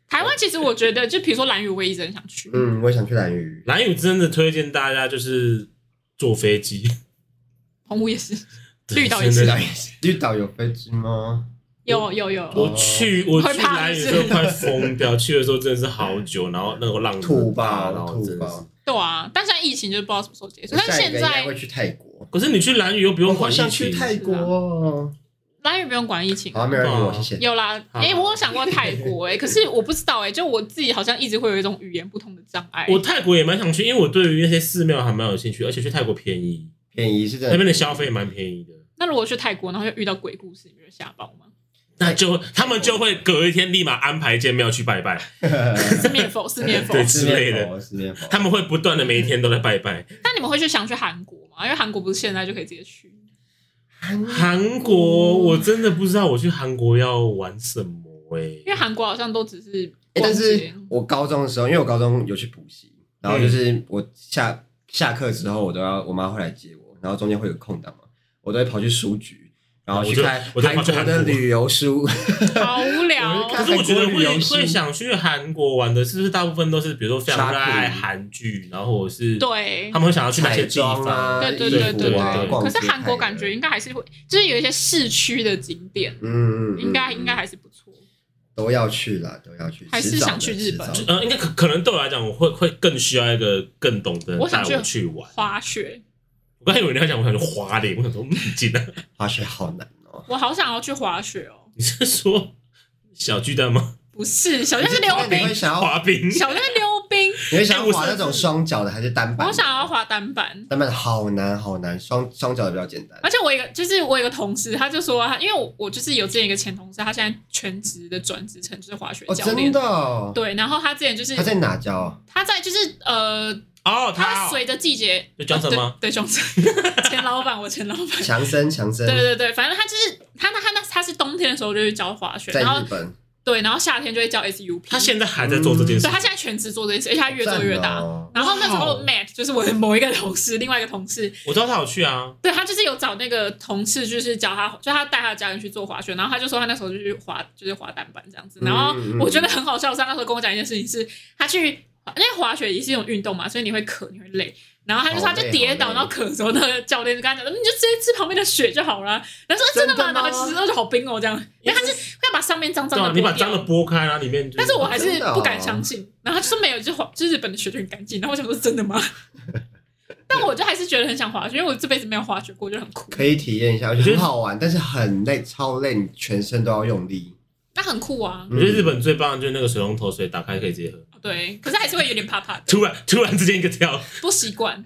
S3: 台湾。其实我觉得，就比如说兰屿，我也一直很想去。
S2: 嗯，我也想去蓝屿。
S1: 蓝屿真的推荐大家就是坐飞机，
S3: 澎湖也是，
S1: 对
S3: 绿岛也是
S1: 真
S2: 绿岛
S1: 的
S2: 也是，绿岛有飞机吗？
S3: 有有有，
S1: 我去我
S3: 哦会
S1: 去
S3: 怕
S1: 蓝屿
S3: 是
S1: 的时候快疯掉，去的时候真的是好 久，然后那个浪
S2: 吐
S1: 吧，然
S2: 爆，
S1: 后
S2: 吐
S1: 真的是
S2: 爆。。
S3: 对啊。但现在疫情就不知道什么时候结束。
S2: 我
S3: 但
S2: 下一
S3: 现
S2: 个应该
S3: 在
S2: 会去泰国，
S1: 可是你去蓝屿又不用
S2: 好
S1: 管疫
S2: 想去
S1: 情，
S2: 泰国哦。
S3: 兰屿不用管疫情啊
S2: 好，没有人理我，谢谢。
S3: 有啦，
S1: 好
S3: 哎、我有想过泰国哎、可是我不知道哎、就我自己好像一直会有一种语言不通的障碍。
S1: 我泰国也蛮想去，因为我对于那些寺庙还蛮有兴趣，而且去泰国便宜，
S2: 便宜是真
S1: 那
S2: 的，
S1: 边的消费蛮便宜的。
S3: 那如果去泰国，然后又遇到鬼故事，你们就吓爆吗？
S1: 那就会他们就会隔一天立马安排一间庙去拜拜，
S3: 四面佛，四面佛。
S1: 对
S2: 吃
S1: 之类的
S2: 呃面包，吃面包。
S1: 他们会不断的每一天都在拜拜。
S3: 那你们会去想去韩国吗？因为韩国不是现在就可以直接去。
S1: 韩国我真的不知道我去韩国要玩什么哎、
S3: 因为韩国好像都只是
S2: 欸
S3: 逛
S2: 但
S3: 街
S2: 是我高中的时候，因为我高中有去补习，然后
S1: 嗯
S2: 就是我下下课之后，我都要我妈会来接我，然后中间会有空档嘛，我都会跑去书局，然后
S1: 啊我
S2: 去
S1: 就
S2: 看
S1: 我就跑去
S2: 韩国的
S1: 韩国
S2: 旅游 书。
S3: 好无
S2: 我
S3: 聊
S2: 就。
S1: 可
S2: 看
S1: 是我觉得
S2: 韩国旅游
S1: 会
S2: 是
S1: 会想去韩国玩的，是不是大部分都是比如说非常
S2: 沙
S1: 热
S2: 滩
S1: 爱韩剧，然后或者是
S3: 对
S1: 他，们会想要去哪些
S2: 彩
S1: 地
S2: 妆
S1: 方？
S2: 啊，
S3: 对对
S2: 衣服
S3: 对对
S2: 啊
S1: 对
S2: 逛
S3: 可
S2: 街
S3: 是韩国
S2: 拍
S3: 感
S2: 的
S3: 觉应该还是会，就是有一些市区的景点，
S2: 嗯，嗯
S3: 应该应该。
S2: 嗯
S3: 还是不错。
S2: 都要去啦，都要去，
S3: 还是
S2: 迟早的
S3: 想去日本
S2: 迟早的
S1: 呃，应该可可能对我来讲，我会会更需要一个更懂得
S3: 我
S1: 带
S3: 想去
S1: 我去玩。
S3: 滑雪，
S1: 我刚才以为你要讲，我想去花莲，我想说，嗯，近啊，
S2: 滑雪好难哦。
S3: 我好想要去滑雪哦。
S1: 你是说小巨蛋吗？
S3: 不是，小象是溜
S2: 哎你会
S3: 冰，
S2: 想要，
S1: 滑冰？
S3: 小象是溜冰，
S2: 你会想
S1: 哎我
S2: 要滑
S1: 上
S2: 那种双脚的还是单板？
S3: 我想要滑单板。
S2: 单板好难好难，双双脚的比较简单
S3: 而。且我有一个就是我有一个同事，他就说他，因为我我就是有之前一个前同事，他现在全职的转职成就是滑雪
S2: 哦，
S3: 教练
S2: 真，的哦，
S3: 对，然后他之前就是
S2: 他在哪教？
S3: 他在就是呃，
S1: 哦，
S3: 他啊
S1: 哦
S3: 随着季节，
S1: 对 Johnson 吗？
S3: 对对，Johnson，前老板，我前老板。
S2: 强森，强森
S3: 对对对，反正他就是他那他那他是冬天的时候就去教滑雪，
S2: 在
S3: 然后
S2: 日本，
S3: 对，然后夏天就会教 SUP。
S1: 他现在还在做这件事
S3: 嗯对，他现在全职做这件事，而且他越做
S2: 赞
S3: 越大。
S2: 哦
S3: 然后那时
S1: 哇
S3: 候 Matt 就是我的某一个同事，另外一个同事，
S1: 我知道他有去啊，
S3: 对他就是有找那个同事，就是教他，就他带他的家人去做滑雪，然后他就说他那时候就去滑，就是滑单板这样子。
S2: 嗯
S3: 然后我觉得很好笑，是他那时候跟我讲一件事情是，他去滑，因为滑雪也是一种运动嘛，所以你会渴，你会累。然后他就说
S2: 好
S3: 他
S2: 累
S3: 就跌倒，
S2: 好累
S3: 然后渴的时候，那个教练就跟他讲说，你就直接吃旁边的雪就好了。然后说真的吗？
S2: 真的吗
S3: 然后其实都是好冰哦，这样，因为他是要把上面脏脏
S1: 对啊
S3: 的，
S1: 你把
S3: 剥掉
S1: 脏的剥开，然后里面就，
S3: 但是我还是
S2: 真的哦
S3: 不敢相信。然后他就说没有，就是滑，就是日本的雪就很干净。然后我想说真的吗？ 但我就还是觉得很想滑雪，因为我这辈子没有滑雪过，就很酷。
S2: 可以体验一下，我
S1: 觉得
S2: 觉得很好玩，但是很累，超累，你全身都要用力。
S3: 那很酷啊，
S1: 我觉得日本最棒的就是那个水龙头水打开可以直接喝，
S3: 对。可是还是会有点 怕怕的，
S1: 突然突然之间一个跳，
S3: 不习惯。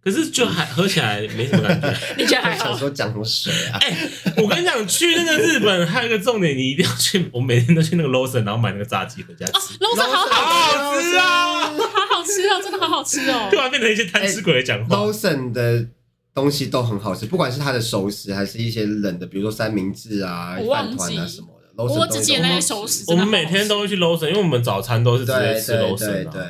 S1: 可是就还喝起来没什么感觉。
S3: 你觉得还
S2: 我嗯想
S3: 好？
S2: 说讲什么水啊？
S1: 我跟你讲，去那个日本还有一个重点，你一定要去。我每天都去那个 Lawson，然后买那个炸鸡回家
S3: 哦
S1: 吃，
S3: ，Loza 好好，
S1: 好吃啊
S3: 好好吃哦，真的好好吃哦
S1: 突。然变成一些贪吃鬼的讲话。
S2: ！Lawson 的东西都很好吃，不管是它的熟食，还是一些冷的，比如说三明治啊、
S3: 我忘
S2: 饭
S3: 记
S2: 团啊什么的。
S3: 我
S2: Lawson
S3: 只记
S2: 东西都
S3: 得那些
S2: 很
S3: 熟
S2: 好吃
S3: 食，
S1: 我
S3: 真的
S1: 们
S3: 好好吃
S1: 每天都会去 Lawson，因为我们早餐都是直接
S2: 对
S1: 吃
S2: 对对
S1: Lawson 啊。
S2: 对，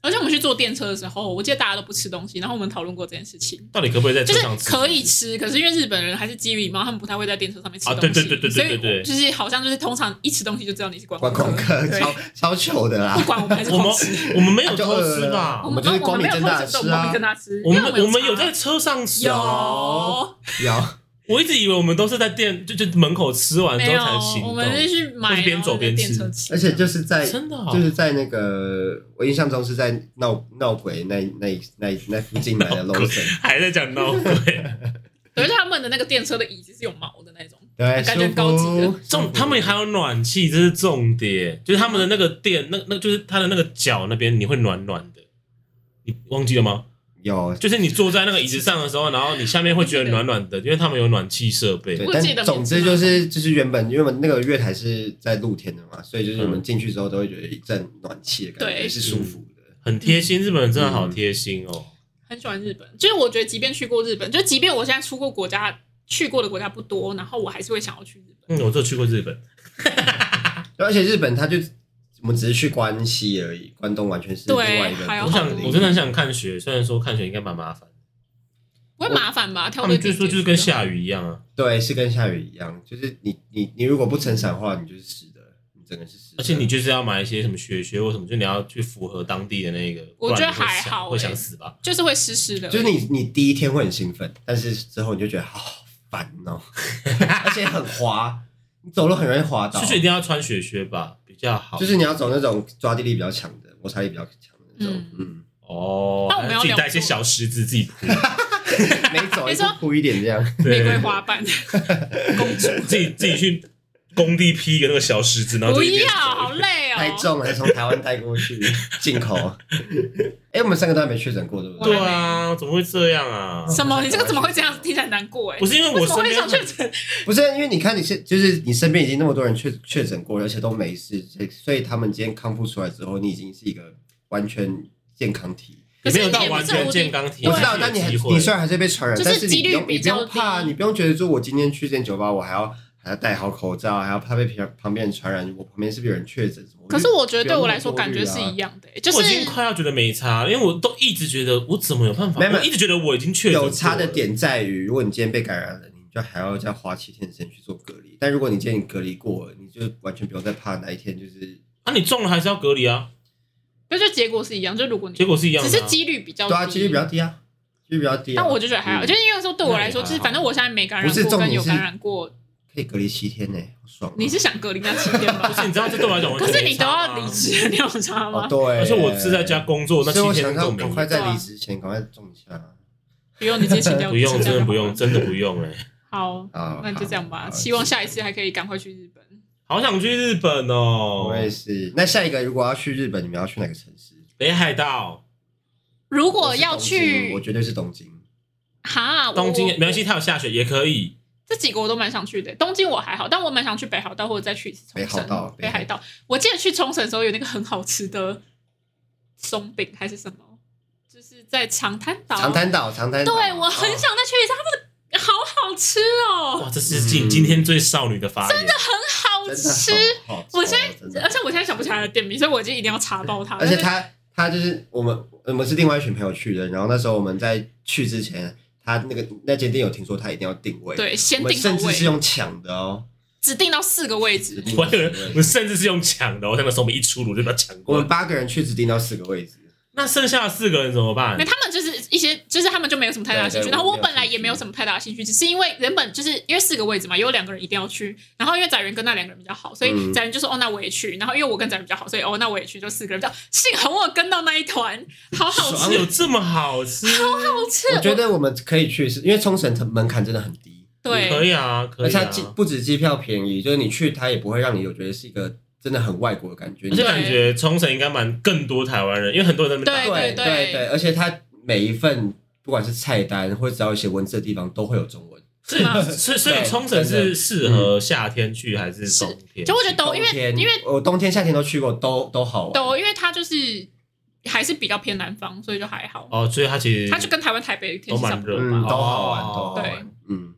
S3: 而且我们去坐电车的时候，我记得大家都不吃东西，然后我们讨论过这件事情。
S1: 到底可不可以在
S3: 就
S1: 车
S3: 是
S1: 上吃？
S3: 可以吃，可是因为日本人还是基于礼貌，他们不太会在电车上面吃
S1: 啊
S3: 东西，
S1: 对对对对对对对
S3: 所以就是好像就是通常一吃东西就知道你是观
S2: 观光客
S3: 对
S2: 超超糗的啦
S3: 不。管我们还是
S1: 我
S3: 偷
S1: 们
S3: 吃。
S1: 我们没有偷吃吧
S2: 我？们
S3: 们
S2: 就是
S3: 哦我
S2: 光明
S3: 们没有
S2: 正
S3: 偷
S2: 大
S3: 吃
S2: 地
S3: 这种
S2: 吃啊
S3: 光明正大吃，
S1: 我
S3: 因为
S1: 们我们
S3: 查
S1: 有在车上吃
S3: 有
S1: 啊，
S2: 要
S1: 我一直以为我们都是在店就就门口吃完之
S3: 没
S1: 后才
S3: 有
S1: 行？
S3: 我
S1: 动。
S3: 们是去
S1: 或
S3: 买，
S1: 是边走边吃
S3: 然后在电车吃
S2: 而且就是在
S1: 真的哦
S2: 哎就是在那个我印象中是在闹闹鬼那那那那附近买的
S1: 闹鬼
S2: Lawson，
S1: 还在讲闹 鬼。
S3: 而且他们的那个电车的椅子是有毛的那种，
S2: 对，
S3: 感觉高级的
S2: 舒服
S1: 重他们还有暖气，这是重点，就是他们的那个店，那那就是他的那个脚那边你会暖暖的，你忘记了吗？
S2: 有
S1: 就是你坐在那个椅子上的时 候，然后你下面会觉得暖暖的，因为他们有暖气设备。
S2: 对，
S3: 我记得
S2: 但总之
S3: 没错
S2: 就是就是原本因为我们那个月台是在露天的嘛，所以就是我们进去之后都会觉得一阵暖气的感觉，
S3: 嗯对
S2: 是舒服的。
S1: 很贴心，日本人真的好贴心哦。
S3: 很喜欢日本。就是我觉得，即便去过日本，就即便我现在出过国家，去过的国家不多，然后我还是会想要去日本。
S1: 嗯，我就去过日本，
S2: 对而且日本它就我们只是去关西而已，关东完全是另
S3: 对
S2: 外一个
S3: 还有
S1: 我
S2: 领域。
S1: 想
S3: 好多
S1: 我真的很想看雪，虽然说看雪应该蛮麻烦，
S3: 不会麻烦吧？跳
S1: 他
S3: 对
S1: 们
S3: 地
S1: 就说就是跟下雨一样啊，
S2: 对，是跟下雨一样，就是你你你如果不撑伞的话，你就是湿的，你整个是湿的。
S1: 而且你就是要买一些什么雪靴或什么，就你要去符合当地的那个，
S3: 我觉
S1: 不然
S3: 得
S1: 你会
S3: 还
S1: 想
S3: 好
S1: 会
S3: 欸
S1: 想死吧？
S3: 就是会湿湿的，
S2: 就是你你第一天会很兴奋，但是之后你就觉得好烦哦， 而且很滑，你走路很容易滑倒
S1: 出。去一定要穿雪靴吧，比较好。
S2: 哦就是你要走那种抓地力比较强的，摩擦力比较强的那种。嗯，
S1: 哦，
S3: 那我们要
S1: 自己
S3: 聊
S1: 带一些小石子自己 铺，
S2: 每嗯走一
S3: 你
S2: 步
S3: 说
S2: 铺一点这样。
S3: 玫
S1: 对
S3: 瑰花瓣公主。
S1: 自己自己去工地劈一个那个小石子，然后
S3: 不
S1: 就一边
S3: 要，
S1: 走
S3: 好累
S2: 太
S3: 哦！
S2: 重了，还从台湾带过去进口。哎、我们三个都还没确诊过，对不
S1: 对
S2: 对？
S1: 啊，怎么会这样啊？
S3: 什么？你这个怎么会这样？听起来很难过哎
S1: 不。是因为
S3: 为
S1: 我
S3: 什么
S1: 身
S3: 会想确
S1: 边
S3: 诊？
S2: 不是因为你看你现就是你身边已经那么多人确确诊过了，而且都没事，所以所以他们今天康复出来之后，你已经是一个完全健康体。
S1: 你没有
S3: 可是
S1: 到
S3: 你也不
S1: 完
S3: 是
S1: 全
S3: 无敌
S1: 健康体，
S2: 我知道，
S1: 还
S2: 但
S1: 是
S2: 你
S1: 有
S2: 还
S1: 机会
S2: 你虽然还是被传染，
S3: 就是
S2: 但是你
S3: 几
S2: 不
S3: 率
S2: 用
S3: 比
S2: 你不
S3: 较
S2: 用怕，
S3: 低
S2: 你不用觉得说我今天去这间酒吧，我还要还要戴好口罩，还要怕被旁旁边人传染，我旁边是不是有人确诊什么？
S3: 可是我觉得
S2: 不
S3: 对
S2: 用
S3: 我
S2: 那么
S3: 来说
S2: 多
S3: 感觉
S2: 虑
S3: 是
S2: 啊
S3: 一样的欸，就
S1: 我已经
S3: 是
S1: 快要觉得没差，因为我都一直觉得我怎么有办法？
S2: 没有没有
S1: 我一直觉得我已经确诊过
S2: 有
S1: 了
S2: 差的，点在于，如果你今天被感染了，你就还要再花七天的时间去做隔离。但如果你今天你隔离过了，你就完全不用再怕哪一天就是
S1: 那啊你中了还是要隔离啊？
S3: 就就结果是一样，就如果你
S1: 结果是一样的
S3: 只
S1: 啊，
S3: 是几率比较
S2: 对啊，几率比较低啊，几率比较低、啊。
S3: 但我就觉得还
S2: 嗯
S3: 好，
S1: 啊
S3: 就是因为说对我来说，就是反正我现在没感染
S2: 不是
S3: 过
S2: 重
S3: 跟
S2: 点
S3: 有
S2: 是
S3: 感染过
S2: 可以隔离七天呢、好爽哦、
S3: 你是想隔离那七天吧？
S1: 不是，你知道这对我来讲完全
S3: 可
S1: 没差啊，
S3: 是你都要离职，你有差
S2: 哦
S3: 吗？啊
S2: 对，
S1: 而且我是在家工作，那
S2: 所以我
S1: 七
S2: 想
S1: 天都
S2: 要
S1: 没
S2: 赶
S1: 有
S2: 快在离职前赶快种一下
S3: 不用，你直接请假。
S1: 不用，
S3: 请假
S1: 真的不
S3: 就好
S1: 用，。真的不用哎、
S3: 好，
S2: 啊。
S3: 那就这样吧。
S2: 好
S3: 希望下一次还可以赶快去日本。
S1: 好想去日本哦、
S2: 我也是。那下一个如果要去日本，你们要去哪个城市？
S1: 北海道、
S3: 如
S2: 如
S3: 果要
S2: 我
S3: 去
S2: 绝对是东京。
S3: 哈，我
S1: 东京，没关系，它有下雪也可以。
S3: 这几个我都蛮想去的。东京我还好，但我蛮想去北海道或者再去一次冲
S2: 北海道
S3: 绳。北海道，我记得去冲绳的时候有那个很好吃的松饼还是什么，就是在长滩岛。
S2: 长滩岛，长滩岛。
S3: 对我很
S2: 哦
S3: 想再去一次，它真的好好吃哦，
S1: 哇，这是今
S2: 嗯
S1: 今天最少女的发言，真的
S3: 好
S2: 真的
S3: 吃。
S2: 好好吃
S3: 我
S2: 哦
S3: 现
S2: 真
S3: 而
S2: 的
S3: 且我现在想不起来它的店名，所以我今天一定要查爆它。
S2: 而且
S3: 但是
S2: 他他就是我们我们是另外一群朋友去的，然后那时候我们在去之前，他那个那间店有听说他一定要定位，，
S3: 对，
S2: 我
S3: 先
S2: 们
S3: 定好
S2: 甚至是
S3: 位，
S2: 用抢 的哦。
S3: 只定到四个位
S2: 指
S3: 置。
S2: 定
S1: 我
S2: 到
S1: 还有人
S2: 四个，
S1: 我
S2: 位置
S1: 甚至是用抢的，我那个手柄一出炉就把它抢
S2: 我
S1: 过
S2: 们
S1: 来。
S2: 八个人去指定到四个位置，
S1: 那剩下的四个人怎么办
S3: 那？他们就是一些，就是他们就没有什么太大的兴趣。
S2: 对对
S3: 然后
S2: 我
S3: 我
S2: 没有
S3: 本来也
S2: 兴趣
S3: 没有什么太大的兴趣，只是因为原本就是因为四个位置嘛，有两个人一定要去。然后因为载人跟那两个人比较好，所以
S2: 嗯
S3: 载人就说：“哦，那我也去。”然后因为我跟载人比较好，所以哦，那我也去，就四个人比较。幸好我有跟到那一团，好好哦
S1: 爽
S3: 吃，
S1: 有这么好吃？
S3: 好吃。
S2: 我觉得我们可以去，是因为冲绳它门槛真的很低，
S1: 可
S3: 对，
S1: 以啊，可
S2: 而
S1: 以
S2: 且
S1: 啊。
S2: 它机不止机票便宜，就是你去它也不会让你有觉得是一个真的很外国的感觉。
S1: 而且
S2: 你
S1: 感觉冲绳应该蛮更多台湾人，因为很多人在那边打工。
S2: 对
S3: 对对
S2: 对，而且它每一份不管是菜单或者只要有写文字的地方都会有中文。
S1: 所以 所以所以
S2: 对嗯
S1: 冲绳
S2: 真
S1: 是
S2: 的
S1: 适合夏天去还是冬天？
S3: 就我觉得都
S2: 冬
S3: 因为
S2: 天
S3: 因为
S2: 我冬天夏天都去过，都都好玩。
S3: 都因为它就是还是比较偏南方，所以就还好。
S1: 哦，所以它其实
S3: 它就跟台湾台北天气差不多
S1: 都蛮热
S2: 嗯，都
S3: 嘛。
S2: 好玩，
S1: 哦
S2: 都好
S3: 对
S2: 玩。嗯，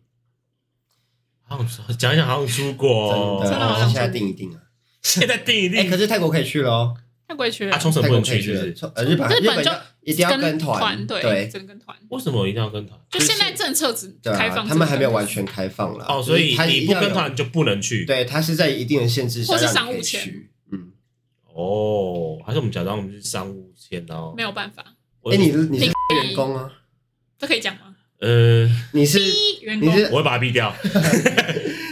S1: 好像出讲一讲好像出国哦，
S2: 真
S3: 真的好
S2: 的，
S3: 像
S2: 现在定一定啊。
S1: 现在定一
S2: 哎，
S1: 定
S2: 可。是泰国可以去喽，
S3: 太贵去
S1: 啊，
S3: 了，
S1: 冲绳
S2: 泰
S1: 不
S2: 国
S1: 能
S2: 可以
S1: 去，是不
S2: 去
S1: 是？
S2: 了冲呃日本
S3: 哦日本
S2: 本
S3: 就
S2: 要一定要跟
S3: 团，对，
S2: 对
S3: 只能跟团。
S1: 为什么一定要跟团？
S3: 就现在政策只
S2: 对
S3: 开
S2: 啊
S3: 放，，
S2: 他们还没有完。全开放啦。
S1: 哦，所以
S2: 他
S1: 你不跟，团就不能去。
S2: 对，他是在一定的限制下
S3: 或是
S2: 让你可以
S3: 商务签
S2: 去。嗯，
S1: 哦，还是我们假装我们是商务签哦。
S3: 没有办法，
S1: 我
S2: 哎，你是你是
S3: 你可以
S2: 员工啊？
S3: 这可以讲吗？
S1: 呃，
S2: 你是
S3: 第一员
S2: 你
S3: 工
S2: 是
S1: 我会把它毙 掉，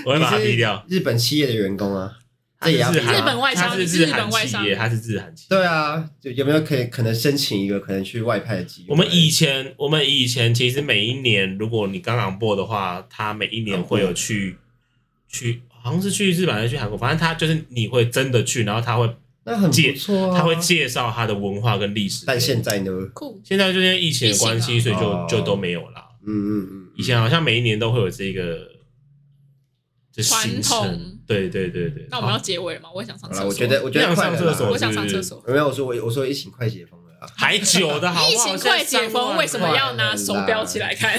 S1: 我会把它毙掉。
S2: 日本企业的员工啊？这也
S1: 它
S2: 要
S1: 是韩
S3: 日本外商
S1: 它是日
S3: 日本
S1: 韩
S3: 外
S1: 企
S3: 商
S1: 业，它是日韩企业。
S2: 对啊，就有没有可以可能申请一个可能去外派的机会？
S1: 我们以前，我们以前其实每一年，如果你刚 on board 的话，他每一年会有
S2: 嗯
S1: 去去，好像是去日本还是去韩国，反正他就是你会真的去，然后他会
S2: 那很
S1: 介
S2: 不错啊，
S1: 他会介绍他的文化跟历史。
S2: 但现在呢？
S3: 酷，
S1: 现在就因为疫情的关系，
S3: 疫
S1: 所以
S2: 啊
S1: 就
S2: 哦
S1: 就都没有啦。
S2: 嗯嗯嗯，
S1: 以前好像每一年都会有这个这行
S3: 传统
S1: 程，对对对对。
S3: 那我们要结尾了吗？我也想上
S2: 好
S3: 厕
S2: 了，
S3: 所。
S2: 我觉得我觉得
S1: 啊你想
S2: 快
S1: 上
S2: 了
S1: 厕
S2: 啦
S1: 所，
S3: 我想上厕所。
S2: 没有，我说我我说疫情快解封了啊，
S1: 还久的好
S3: 疫
S1: 不好？
S3: 情快解封，为什么要拿手标起来看？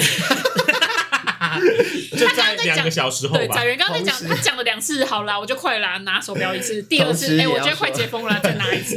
S1: 就在两个小时后
S3: 对，
S1: 吧
S3: 展。元刚刚在讲，
S2: 同时
S3: 他讲了两次，好啦，我就快啦，拿手标一次，第二
S2: 同时
S3: 次，
S2: 也
S3: 哎，
S2: 要
S3: 我觉得快解封了，再拿一次。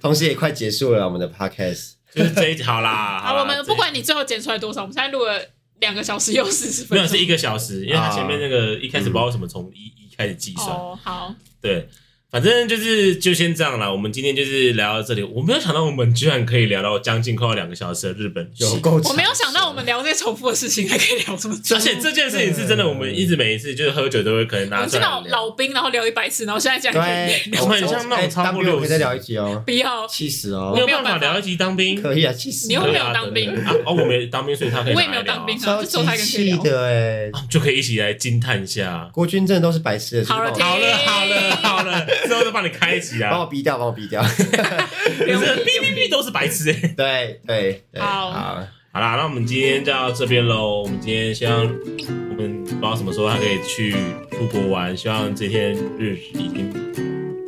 S2: 同时也快结束了我们的 podcast，
S1: 就是这一集 好啦，
S3: 好，
S1: 啦
S3: 我们不管你最后剪出来多少，我们现在录了两个小时又四十
S1: 这没有
S3: 分
S1: 是
S3: 钟。哦
S1: 一个小时，因为他前面那个一开始不
S2: 嗯
S1: 知道为什么从一一开始计算，
S3: 哦，好，
S1: 对，反正就是就先这样啦。我们今天就是聊到这里，我没有想到我们居然可以聊到将近快要两个小时的日本戏
S2: 有够长，
S3: 我没有想到我们聊这些重复的事情还可以聊这么久。
S1: 而且这件事情是真的，我们一直每一次就是喝酒都会可能
S3: 我
S1: 拿
S3: 们
S1: 出
S3: 是
S1: 来
S3: 那
S1: 聊
S3: 种。老兵，然后聊一百次，然后现在这样可以
S2: 对，
S1: 我们很像那种
S2: 哎
S1: 超过
S2: 当兵我可以再
S1: 60
S2: 聊一集哦，
S3: 不要，
S2: 气死
S1: 没
S2: 哦，
S1: 有办法聊一集当兵，
S2: 可以啊，气死
S3: 你又
S2: 了，
S3: 没有当兵
S1: 对啊！对啊哦，我没当兵，所以他可以
S3: 我
S1: 拿
S3: 也没
S1: 来
S3: 有
S1: 聊啊。
S3: 当兵
S2: 超
S3: 这时候还
S2: 级
S3: 跟可以
S2: 气
S3: 聊
S2: 的哎，
S1: 啊就可以一起来惊叹一下。
S2: 国军真的都是白痴的，
S3: 好了
S2: 就是把我
S1: 好了好了好了，之后都帮你开启
S2: 把我
S1: 啊！
S2: 逼掉，把我逼掉，
S1: 你这哔哔哔都是白痴哎、
S2: 对对对，
S3: 好
S2: 好，
S1: 好啦，那我们今天就到这边喽。我们今天希望我们不知道什么时候还可以去出国玩，希望这天日子已经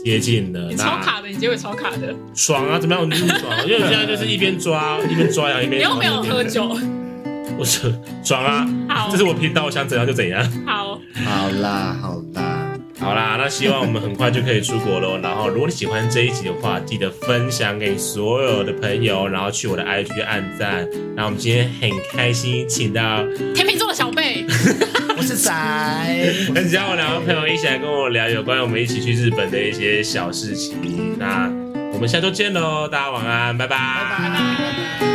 S1: 接近了。
S3: 你超
S1: 那
S3: 卡的，你结尾超卡的，
S1: 爽啊！怎么样？我就是爽，因为我现在就是一边抓 一边抓羊一
S3: 你
S1: 边。
S3: 又没有喝酒，
S1: 我说爽啊！
S3: 好
S1: 这是我频道，我想怎样就怎样。
S3: 好，
S2: 好啦好啦，
S1: 好啦，那希望我们很快就可以出国喽。然后，如果你喜欢这一集的话，记得分享给所有的朋友，然后去我的 IG 按赞。那我们今天很开心，请到
S3: 天秤座的小贝，
S2: 我是 仔，
S1: 很想我两个朋友一起来跟我聊有关我们一起去日本的一些小事情。那我们下周见喽，大家晚安，拜拜
S2: 拜拜。
S3: 拜拜。